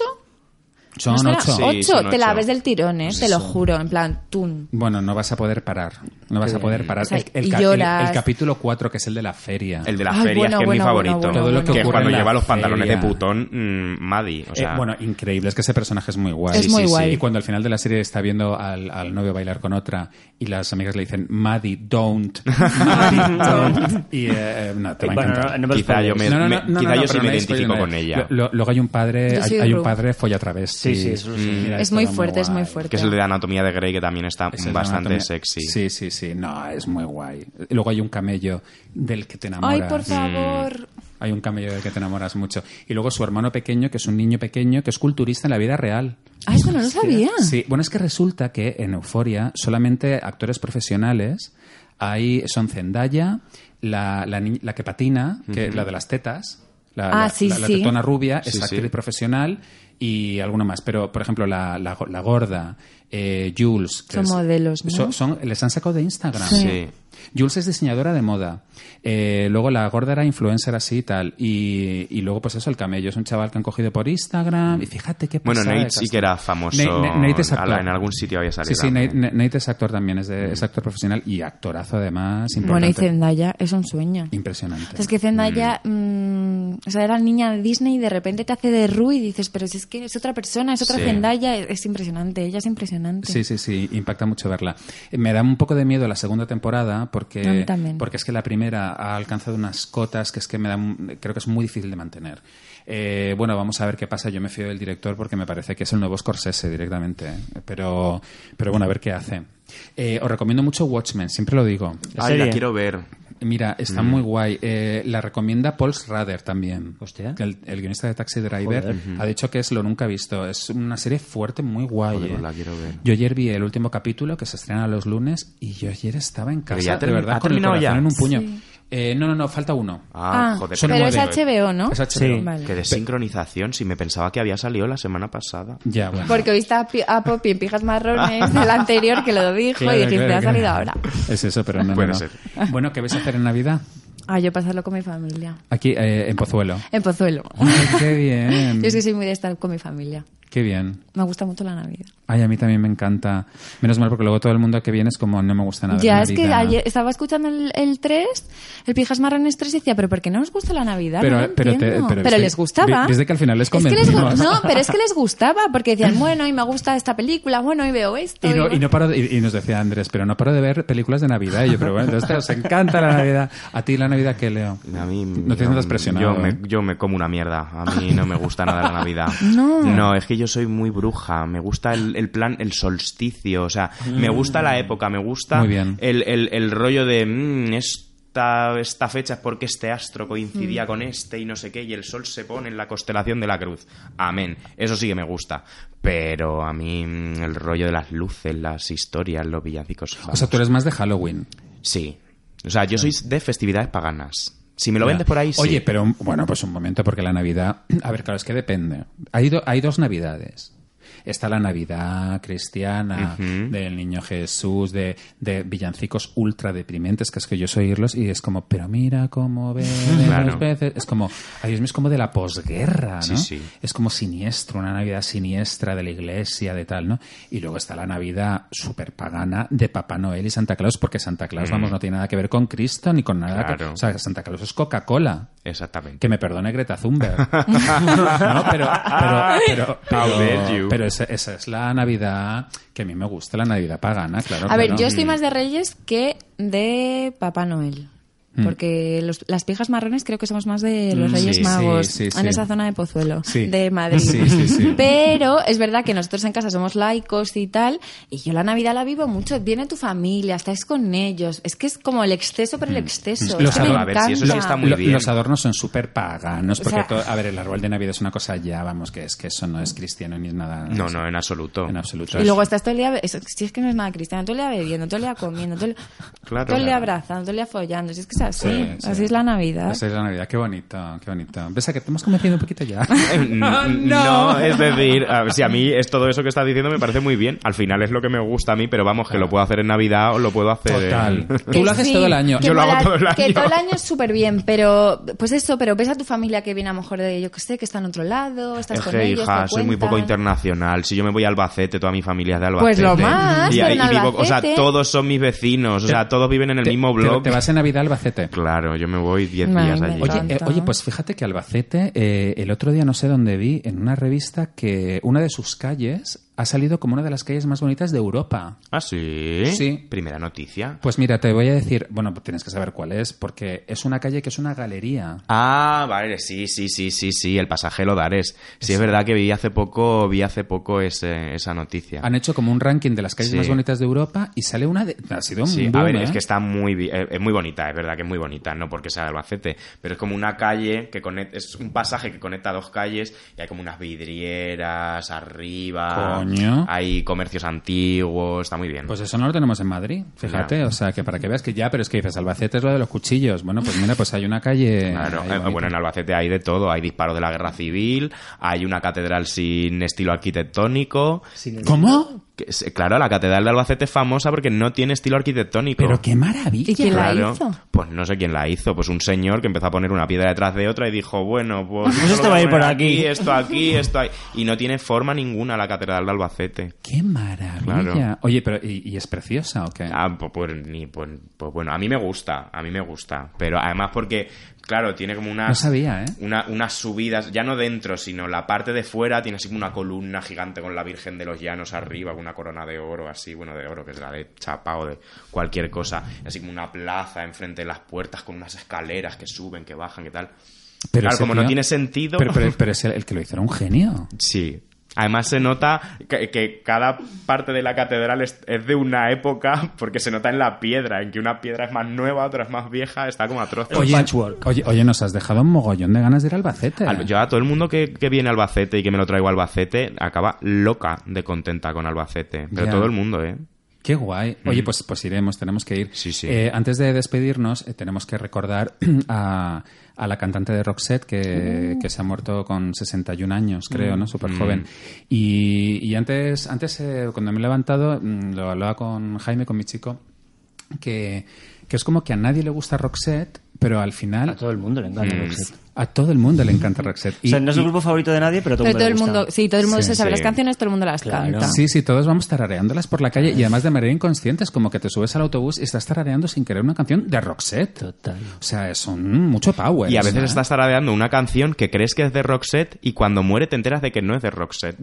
Speaker 1: Son ocho.
Speaker 3: Sí, son
Speaker 4: te la
Speaker 3: ocho.
Speaker 4: ves del tirón, ¿eh? Te lo juro, en plan, tun.
Speaker 1: Bueno, no vas a poder parar. No vas a poder parar.
Speaker 4: O sea,
Speaker 1: El- el,
Speaker 4: y
Speaker 1: ca- el-
Speaker 4: lloras.
Speaker 1: el capítulo 4, que es el de la feria.
Speaker 3: El de las
Speaker 4: Ay,
Speaker 3: ferias,
Speaker 4: bueno,
Speaker 3: que es
Speaker 4: bueno,
Speaker 3: mi
Speaker 4: bueno,
Speaker 3: favorito.
Speaker 4: bueno, Todo lo que
Speaker 3: que es
Speaker 1: ocurre
Speaker 3: cuando
Speaker 1: en la
Speaker 3: lleva los pantalones de
Speaker 1: feria.
Speaker 3: putón, mm, Maddy. O
Speaker 1: Eh,
Speaker 3: sea,
Speaker 1: bueno, increíble, es que ese personaje es muy guay.
Speaker 4: Es Sí, muy sí, sí. guay.
Speaker 1: Y cuando al final de la serie está viendo al, al novio bailar con otra y las amigas le dicen, Maddie, don't. Maddie, don't. Y eh, eh, no, te va a
Speaker 2: Bueno,
Speaker 1: encantar.
Speaker 2: no me
Speaker 3: Quizá
Speaker 2: spoilers.
Speaker 3: yo me-
Speaker 1: No, no, no, no, no,
Speaker 3: quizá yo
Speaker 1: pero
Speaker 3: sí
Speaker 1: no
Speaker 3: me
Speaker 1: hay spoiler,
Speaker 3: identifico
Speaker 1: no hay.
Speaker 3: con ella.
Speaker 1: Lo- lo- luego hay un padre,
Speaker 4: Yo soy
Speaker 1: hay, hay
Speaker 4: Rue.
Speaker 1: un padre folla otra vez.
Speaker 2: Sí, sí, eso lo sé.
Speaker 3: Mm.
Speaker 1: Mira,
Speaker 4: Es
Speaker 1: esto
Speaker 4: muy
Speaker 1: va
Speaker 4: fuerte, es muy
Speaker 1: guay.
Speaker 4: fuerte.
Speaker 3: que es el de Anatomía de Grey, que también está
Speaker 1: Esa es la
Speaker 3: bastante
Speaker 1: anatomía.
Speaker 3: sexy.
Speaker 1: Sí, sí, sí. No, es muy guay. Luego hay un camello del que te enamoras.
Speaker 4: Ay, por favor.
Speaker 1: Hay un camello del que te enamoras mucho. Y luego su hermano pequeño, que es un niño pequeño, que es culturista en la vida real.
Speaker 4: Ay, Ah, eso no lo sabía.
Speaker 1: Sí, bueno, es que resulta que en Euforia solamente actores profesionales hay, son Zendaya, la, la, ni- la que patina, que, la de las tetas, la,
Speaker 4: Ah,
Speaker 1: la-
Speaker 4: sí,
Speaker 1: la- la
Speaker 4: sí.
Speaker 1: tetona rubia, es
Speaker 3: Sí, sí.
Speaker 1: actriz profesional y alguna más. Pero, por ejemplo, la, la, go- la gorda, eh, Jules. que
Speaker 4: Son modelos, ¿no?
Speaker 1: son- son- les han sacado de Instagram.
Speaker 3: Sí.
Speaker 1: Jules es diseñadora de moda. Eh, luego la gorda era influencer así y tal. Y, y luego, pues eso, el camello es un chaval que han cogido por Instagram. Y fíjate qué
Speaker 3: Bueno,
Speaker 1: pasada de
Speaker 3: Nate sí
Speaker 1: casting.
Speaker 3: que era famoso.
Speaker 1: Nate- Nate- Nate es
Speaker 3: Ala,
Speaker 1: actor.
Speaker 3: en algún sitio había salido.
Speaker 1: Sí, sí, Nate, Nate- Nate es actor también, es, de- es actor profesional y actorazo además.
Speaker 4: Bueno,
Speaker 1: Importante.
Speaker 4: y Zendaya es un sueño.
Speaker 1: Impresionante.
Speaker 4: Es que Zendaya, mm, o sea, era niña de Disney y de repente te hace de Rue y dices, pero si es que es otra persona, es otra
Speaker 3: Sí.
Speaker 4: Zendaya, es, es impresionante, ella es impresionante.
Speaker 1: Sí, sí, sí, impacta mucho verla. Eh, Me da un poco de miedo la segunda temporada
Speaker 4: A mí
Speaker 1: porque,
Speaker 4: también.
Speaker 1: porque es que la primera ha alcanzado unas cotas que es que me da, un- creo que es muy difícil de mantener. Eh, bueno, vamos a ver qué pasa. Yo me fío del director porque me parece que es el nuevo Scorsese directamente. eh. Pero, pero bueno, a ver qué hace. Eh, os recomiendo mucho Watchmen, siempre lo digo.
Speaker 3: Ay, la
Speaker 2: serie.
Speaker 3: quiero ver.
Speaker 1: Mira, está
Speaker 3: Mm.
Speaker 1: muy guay. Eh, la recomienda Paul Schrader también.
Speaker 2: Hostia.
Speaker 1: Que El, el guionista de Taxi Driver ha dicho que es lo nunca visto. Es una serie fuerte, muy guay.
Speaker 3: Joder,
Speaker 1: eh.
Speaker 3: pues la quiero ver.
Speaker 1: Yo ayer vi el último capítulo que se estrena los lunes y yo ayer estaba en
Speaker 3: Pero
Speaker 1: casa,
Speaker 3: ya
Speaker 1: de
Speaker 3: termi-
Speaker 1: verdad,
Speaker 3: ¿ha
Speaker 1: con el
Speaker 3: terminado
Speaker 1: corazón
Speaker 3: ya?
Speaker 1: en un puño.
Speaker 4: Sí.
Speaker 1: Eh, no, no, no, falta uno.
Speaker 3: Ah, joder.
Speaker 1: son
Speaker 4: pero es
Speaker 1: nueve.
Speaker 4: HBO, ¿no?
Speaker 1: Es HBO.
Speaker 2: Sí.
Speaker 4: Vale.
Speaker 3: Que de sincronización, si me pensaba que había salido la semana pasada.
Speaker 1: Ya, bueno.
Speaker 4: Porque oíste a, Pi- a Poppy en Pijas Marrones, el anterior que lo dijo,
Speaker 1: Claro,
Speaker 4: y dijiste,
Speaker 1: claro,
Speaker 4: ha salido
Speaker 1: claro.
Speaker 4: ahora.
Speaker 1: Es eso, pero no. no,
Speaker 3: Puede
Speaker 1: no.
Speaker 3: ser.
Speaker 1: Bueno, ¿qué vais a hacer en Navidad?
Speaker 4: Ah, yo pasarlo con mi familia.
Speaker 1: Aquí, eh, en Pozuelo.
Speaker 4: En Pozuelo.
Speaker 1: Ay, qué bien.
Speaker 4: Yo es que soy muy de estar con mi familia.
Speaker 1: Qué bien.
Speaker 4: Me gusta mucho la Navidad.
Speaker 1: Ay, a mí también me encanta. Menos mal, porque luego todo el mundo que viene es como, no me gusta nada.
Speaker 4: ya,
Speaker 1: la
Speaker 4: es que
Speaker 1: Navidad.
Speaker 4: ayer estaba escuchando el, el 3, el Pijas Marrones 3, y decía, pero ¿por qué no nos gusta la Navidad?
Speaker 1: Pero- eh,
Speaker 4: No lo
Speaker 1: pero te-
Speaker 4: entiendo".
Speaker 1: pero
Speaker 4: Pero
Speaker 1: viste-
Speaker 4: les gustaba.
Speaker 1: vi- viste que al final les
Speaker 4: Es que gu-
Speaker 1: convencimos.
Speaker 4: No, pero es que les gustaba, porque decían, bueno, y me gusta esta película, bueno, y veo esto.
Speaker 1: Y, no,
Speaker 4: y-
Speaker 1: y no paro de- y- y nos decía Andrés, pero no paro de ver películas de Navidad. Y yo, pero bueno, entonces os encanta la Navidad. ¿A ti la Navidad qué, Leo?
Speaker 3: A mí,
Speaker 1: no te
Speaker 3: yo-
Speaker 1: sientas presionado.
Speaker 3: Yo me,
Speaker 1: ¿eh?
Speaker 3: yo me como una mierda. A mí no me gusta nada la Navidad.
Speaker 4: No.
Speaker 3: es que yo soy muy bruja. Me gusta el, el plan, el solsticio. O sea, me gusta la época, me gusta
Speaker 1: Mm. Muy bien.
Speaker 3: El, el- el rollo de mm, esta, esta fecha es porque este astro coincidía con este y no sé qué. Y el sol se pone en la constelación de la cruz. Amén. Eso sí que me gusta. Pero a mí mm, el rollo de las luces, las historias, los villancicos.
Speaker 1: O sea, tú eres más de Halloween.
Speaker 3: Sí. O sea, yo soy de festividades paganas. Si me lo vendes por ahí, sí.
Speaker 1: Oye, pero bueno, pues un momento, porque la Navidad. A ver, claro, es que depende. Hay, do- hay dos Navidades. Está la Navidad cristiana, del niño Jesús, de, de villancicos ultra deprimentes, que es que yo soy oírlos y es como, pero mira cómo ven
Speaker 3: Claro.
Speaker 1: las veces. Es como, ay Dios mío, es como de la posguerra, ¿no?
Speaker 3: Sí, sí.
Speaker 1: Es como siniestro, una Navidad siniestra de la iglesia, de tal, ¿no? Y luego está la Navidad súper pagana de Papá Noel y Santa Claus, porque Santa Claus, vamos, no tiene nada que ver con Cristo ni con nada. que-
Speaker 3: Claro.
Speaker 1: o sea, Santa Claus es Coca-Cola.
Speaker 3: Exactamente.
Speaker 1: Que me perdone Greta Thunberg. no, pero, pero, pero,
Speaker 3: How dare
Speaker 1: pero,
Speaker 3: you.
Speaker 1: pero esa, esa es la Navidad que a mí me gusta, la Navidad pagana, claro.
Speaker 4: A ver,
Speaker 1: claro.
Speaker 4: yo estoy más de Reyes que de Papá Noel. Porque los- las pijas marrones creo que somos más de los
Speaker 1: Mm,
Speaker 4: Reyes
Speaker 1: sí,
Speaker 4: Magos
Speaker 1: sí, sí,
Speaker 4: en
Speaker 1: sí.
Speaker 4: esa zona de Pozuelo,
Speaker 1: Sí.
Speaker 4: de Madrid.
Speaker 1: Sí, sí, sí.
Speaker 4: Pero es verdad que nosotros en casa somos laicos y tal, y yo la Navidad la vivo mucho. Viene tu familia, estás con ellos. Es que es como el exceso por el exceso.
Speaker 1: Los
Speaker 4: es que me
Speaker 1: ador- Mm. a
Speaker 3: ver, si eso sí
Speaker 4: encanta.
Speaker 3: está muy
Speaker 1: Lo-
Speaker 3: bien.
Speaker 1: Los adornos son súper paganos,
Speaker 4: O
Speaker 1: porque
Speaker 4: sea-
Speaker 1: todo- a ver, el árbol de Navidad es una cosa ya, vamos, que es que eso no es cristiano ni es nada.
Speaker 3: No, no, en absoluto.
Speaker 1: En absoluto.
Speaker 4: Y luego estás todo el día, be- eso- si es que no es nada cristiano, todo el día bebiendo, todo el día comiendo, todo el,
Speaker 3: Claro.
Speaker 4: todo el día
Speaker 3: Claro.
Speaker 4: abrazando, todo el día follando. Si es que es así,
Speaker 1: Sí, sí.
Speaker 4: así es la Navidad.
Speaker 1: Esa es la Navidad, qué bonito, qué bonito. Pese a que te hemos convencido un poquito ya. Ah,
Speaker 3: no. no, es decir, a ver, si a mí es todo eso que estás diciendo me parece muy bien. Al final es lo que me gusta a mí, pero vamos, que lo puedo hacer en Navidad o lo puedo hacer
Speaker 1: Total.
Speaker 3: en...
Speaker 1: Tú lo haces
Speaker 4: sí,
Speaker 1: todo el año.
Speaker 4: que
Speaker 3: Yo lo hago
Speaker 4: mola-
Speaker 3: todo el
Speaker 4: Que
Speaker 3: año.
Speaker 4: todo el año es súper bien, pero pues eso, pero ves a tu familia que viene a lo mejor de, yo que sé, que está en otro lado, estás
Speaker 3: Es
Speaker 4: con
Speaker 3: que,
Speaker 4: ellos,
Speaker 3: hija,
Speaker 4: te
Speaker 3: soy muy poco
Speaker 4: cuentan.
Speaker 3: internacional. Si yo me voy a Albacete, toda mi familia es de Albacete.
Speaker 4: Pues lo más,
Speaker 3: Y,
Speaker 4: pero
Speaker 3: ahí-
Speaker 4: en
Speaker 3: y vivo, o sea,
Speaker 4: Albacete-
Speaker 3: todos son mis vecinos. O sea, todos viven en el
Speaker 1: Te-
Speaker 3: mismo
Speaker 1: te-
Speaker 3: blog.
Speaker 1: Te vas en Navidad a Albacete.
Speaker 3: Claro, yo me voy 10
Speaker 4: Ay,
Speaker 3: días
Speaker 4: me
Speaker 3: allí.
Speaker 1: Oye,
Speaker 4: encanta.
Speaker 1: eh, oye, pues fíjate que Albacete, eh, el otro día no sé dónde vi, en una revista, que una de sus calles ha salido como una de las calles más bonitas de Europa.
Speaker 3: Ah, sí.
Speaker 1: Sí.
Speaker 3: Primera noticia.
Speaker 1: Pues mira, te voy a decir, bueno, pues tienes que saber cuál es, porque es una calle que es una galería.
Speaker 3: Ah, vale, sí, sí, sí, sí, sí, el pasajero Dares. Sí, es verdad que vi hace poco, vi hace poco ese- esa noticia.
Speaker 1: Han hecho como un ranking de las calles
Speaker 3: Sí.
Speaker 1: más bonitas de Europa y sale una de... Ha sido un
Speaker 3: Sí, a
Speaker 1: boom,
Speaker 3: ver,
Speaker 1: ¿eh?
Speaker 3: es que está muy bi- eh, es muy bonita, es verdad que es muy bonita, no porque sea de Albacete, pero es como una calle que conecta, es un pasaje que conecta dos calles y hay como unas vidrieras arriba,
Speaker 1: Coño.
Speaker 3: hay comercios antiguos, está muy bien.
Speaker 1: Pues eso no lo tenemos en Madrid, fíjate, o sea, que para que veas que ya, pero es que dices, Albacete es lo de los cuchillos. Bueno, pues mira, pues hay una calle...
Speaker 3: Claro,
Speaker 1: ahí
Speaker 3: eh,
Speaker 1: bonita.
Speaker 3: bueno, en Albacete hay de todo, hay disparos de la guerra civil, hay una catedral sin estilo arquitectónico.
Speaker 2: Sin el-
Speaker 1: ¿Cómo?
Speaker 3: que es- claro, la catedral de Albacete es famosa porque no tiene estilo arquitectónico.
Speaker 1: Pero qué maravilla.
Speaker 4: ¿Y quién la
Speaker 3: Claro.
Speaker 4: hizo?
Speaker 3: Pues no sé quién la hizo. Pues un señor que empezó a poner una piedra detrás de otra y dijo, bueno, pues...
Speaker 2: Pues esto
Speaker 3: lo voy
Speaker 2: va a ir
Speaker 3: poner
Speaker 2: por aquí.
Speaker 3: Esto aquí, esto ahí. Y no tiene forma ninguna la catedral de Albacete.
Speaker 1: ¡Qué maravilla!
Speaker 3: Claro.
Speaker 1: Oye, pero ¿y, y es preciosa o qué?
Speaker 3: Ah, pues, pues ni- pues- pues bueno, a mí me gusta, a mí me gusta. Pero además porque, claro, tiene como unas...
Speaker 1: No sabía, ¿eh?
Speaker 3: una- unas subidas, ya no dentro, sino la parte de fuera, tiene así como una columna gigante con la Virgen de los Llanos arriba, con una corona de oro, así, bueno, de oro, que es la de chapa o de cualquier cosa, así como una plaza enfrente de las puertas con unas escaleras que suben, que bajan, que tal. claro,
Speaker 1: ese
Speaker 3: como no
Speaker 1: tío-
Speaker 3: tiene sentido.
Speaker 1: Pero, pero, pero es el, el que lo hizo era un genio.
Speaker 3: Sí. Además se nota que, que cada parte de la catedral es, es de una época, porque se nota en la piedra, en que una piedra es más nueva, otra es más vieja, está como a trozos.
Speaker 1: Oye,
Speaker 2: patchwork.
Speaker 1: oye, oye, nos has dejado un mogollón de ganas de ir a Albacete.
Speaker 3: Al- Yo a todo el mundo que, que viene a Albacete y que me lo traigo a Albacete acaba loca de contenta con Albacete. Pero
Speaker 1: Ya.
Speaker 3: todo el mundo, ¿eh?
Speaker 1: Qué guay. Oye, pues, pues iremos, tenemos que ir.
Speaker 3: Sí, sí.
Speaker 1: Eh, antes de despedirnos, eh, tenemos que recordar a, a la cantante de Roxette que,
Speaker 2: Mm.
Speaker 1: que se ha muerto con 61 años, creo, ¿no? Súper
Speaker 3: Mm.
Speaker 1: joven. Y, y antes, antes eh, cuando me he levantado, mm, lo hablaba con Jaime, con mi chico, que, que es como que a nadie le gusta Roxette, pero al final
Speaker 2: A todo el mundo le encanta
Speaker 3: Mm.
Speaker 2: Roxette.
Speaker 1: a todo el mundo le encanta Roxette.
Speaker 2: O
Speaker 1: Y-
Speaker 2: sea, no es el
Speaker 1: y-
Speaker 2: grupo favorito de nadie, pero todo,
Speaker 4: Pero todo el
Speaker 2: le
Speaker 4: mundo,
Speaker 2: gusta.
Speaker 4: sí, todo el mundo
Speaker 1: Sí,
Speaker 4: se sabe
Speaker 3: sí.
Speaker 4: las canciones, todo el mundo las
Speaker 2: Claro.
Speaker 4: canta.
Speaker 1: Sí, sí, todos vamos tarareándolas por la calle y además de manera inconsciente, es como que te subes al autobús y estás tarareando sin querer una canción de Roxette.
Speaker 2: Total.
Speaker 1: O sea, es un mucho power.
Speaker 3: Y a veces
Speaker 1: ¿eh?
Speaker 3: estás taradeando una canción que crees que es de Roxette y cuando muere te enteras de que no es de Roxette.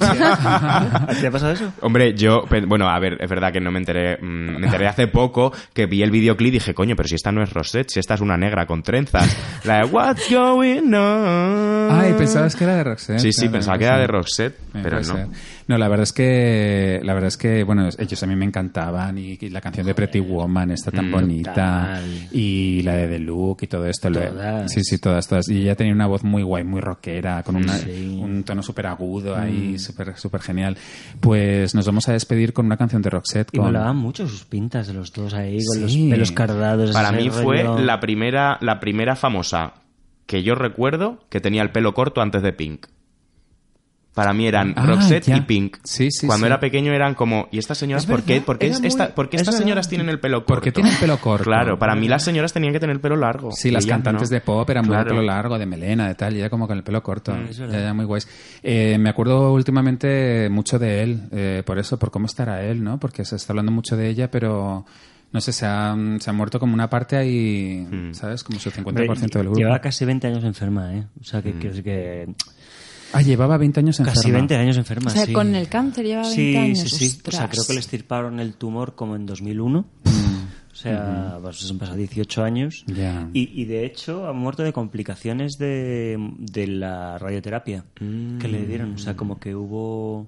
Speaker 2: ¿A ti ¿Te ha pasado eso?
Speaker 3: Hombre, yo, pe- bueno, a ver, es verdad que no me enteré, mm, me enteré hace poco que vi el videoclip y dije, coño, pero si esta no es Rosette, si esta es una negra con trenzas. La de What's going on.
Speaker 1: Ay, pensabas que era de Roxette.
Speaker 3: Sí, sí,
Speaker 1: Claro,
Speaker 3: pensaba que
Speaker 1: puede
Speaker 3: era de
Speaker 1: ser.
Speaker 3: Roxette,
Speaker 1: Eh,
Speaker 3: pero
Speaker 1: puede ser.
Speaker 3: no.
Speaker 1: No, la verdad es que la verdad es que bueno, ellos a mí me encantaban y, y la canción de Pretty Woman está
Speaker 3: Mm.
Speaker 1: tan bonita
Speaker 2: brutal.
Speaker 1: y la de The Look y todo esto. lo-
Speaker 2: Todas.
Speaker 1: Sí, sí, todas, todas. Y ella tenía una voz muy guay, muy rockera, con una-
Speaker 2: Sí.
Speaker 1: un tono súper agudo
Speaker 3: Mm.
Speaker 1: ahí, súper súper genial. Pues nos vamos a despedir con una canción de Roxette
Speaker 2: Y
Speaker 1: con
Speaker 2: molaban mucho sus pintas de los dos ahí, con
Speaker 1: Sí.
Speaker 2: los pelos cardados.
Speaker 1: Pues
Speaker 3: Para
Speaker 2: ese
Speaker 3: mí fue
Speaker 2: rollo.
Speaker 3: la primera, la primera famosa que yo recuerdo que tenía el pelo corto antes de Pink. Para mí eran
Speaker 1: Ah,
Speaker 3: Roxette
Speaker 1: ya.
Speaker 3: y Pink.
Speaker 1: Sí, sí, sí.
Speaker 3: Cuando era pequeño eran como, ¿y estas señoras
Speaker 1: Es
Speaker 3: por qué?
Speaker 1: verdad,
Speaker 3: ¿Por qué,
Speaker 1: era
Speaker 3: es
Speaker 1: muy-
Speaker 3: esta- por qué
Speaker 1: es
Speaker 3: estas
Speaker 1: verdad.
Speaker 3: señoras tienen el pelo corto?
Speaker 1: ¿Por qué tienen pelo corto?
Speaker 3: Claro, para mí las señoras tenían que tener el pelo largo.
Speaker 1: Sí, las
Speaker 3: Y ellas
Speaker 1: cantantes
Speaker 3: no.
Speaker 1: de pop eran muy de
Speaker 3: Claro.
Speaker 1: pelo largo, de melena, de tal, y ya como con el pelo corto.
Speaker 2: es
Speaker 1: ya,
Speaker 2: verdad.
Speaker 1: ya muy guays. Eh, me acuerdo últimamente mucho de él, eh, por eso, por cómo estará él, ¿no? Porque se está hablando mucho de ella, pero no sé, se ha, se ha muerto como una parte ahí, ¿sabes? Como su 50%
Speaker 2: Hombre,
Speaker 1: del grupo. Mm.
Speaker 2: Llevaba casi 20 años enferma, ¿eh? O sea, que quiero decir que...
Speaker 1: Ah, llevaba 20 años enferma.
Speaker 2: Casi 20 años enferma,
Speaker 4: O sea,
Speaker 2: sí.
Speaker 4: con el cáncer lleva 20
Speaker 2: sí,
Speaker 4: años.
Speaker 2: Sí, sí, O sea,
Speaker 4: Ostras.
Speaker 2: creo que le estirparon el tumor como en 2001.
Speaker 1: Mm.
Speaker 2: O sea, pues, han pasado 18 años.
Speaker 1: Ya.
Speaker 2: Y, y, de hecho ha muerto de complicaciones de, de la radioterapia que le dieron. O sea, como que hubo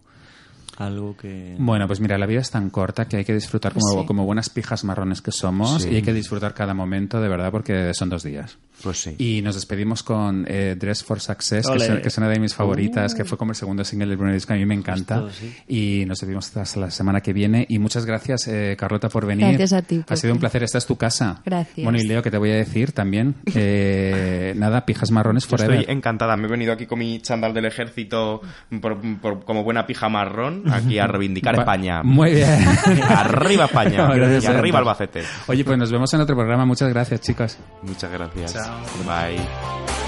Speaker 2: algo que...
Speaker 1: Bueno, pues mira, la vida es tan corta que hay que disfrutar como, como buenas pijas marrones que somos y hay que disfrutar cada momento, de verdad, porque son dos días.
Speaker 3: Pues sí.
Speaker 1: Y nos despedimos con eh, Dress for Success, que
Speaker 2: Ole.
Speaker 1: es, que es una de mis
Speaker 3: Uh.
Speaker 1: favoritas, que fue como el segundo single del primer disco, a mí me encanta.
Speaker 3: Pues
Speaker 2: Justo,
Speaker 1: Y nos despedimos hasta la semana que viene. Y muchas gracias, eh, Carlota, por venir.
Speaker 4: Gracias a ti,
Speaker 1: Ha sido
Speaker 4: Pepe.
Speaker 1: un placer, esta es tu casa.
Speaker 4: Gracias.
Speaker 1: Bueno, y Leo, que te voy a decir también. Eh, nada, pijas marrones
Speaker 3: Yo
Speaker 1: forever.
Speaker 3: estoy encantada. Me he venido aquí con mi chandal del ejército por- por- como buena pija marrón aquí a reivindicar
Speaker 1: Va-
Speaker 3: España.
Speaker 1: Muy bien.
Speaker 3: Arriba España.
Speaker 1: Gracias,
Speaker 3: y
Speaker 1: Alberto.
Speaker 3: arriba Albacete.
Speaker 1: Oye, pues nos vemos en otro programa. Muchas gracias, chicas.
Speaker 3: Muchas gracias. Bye.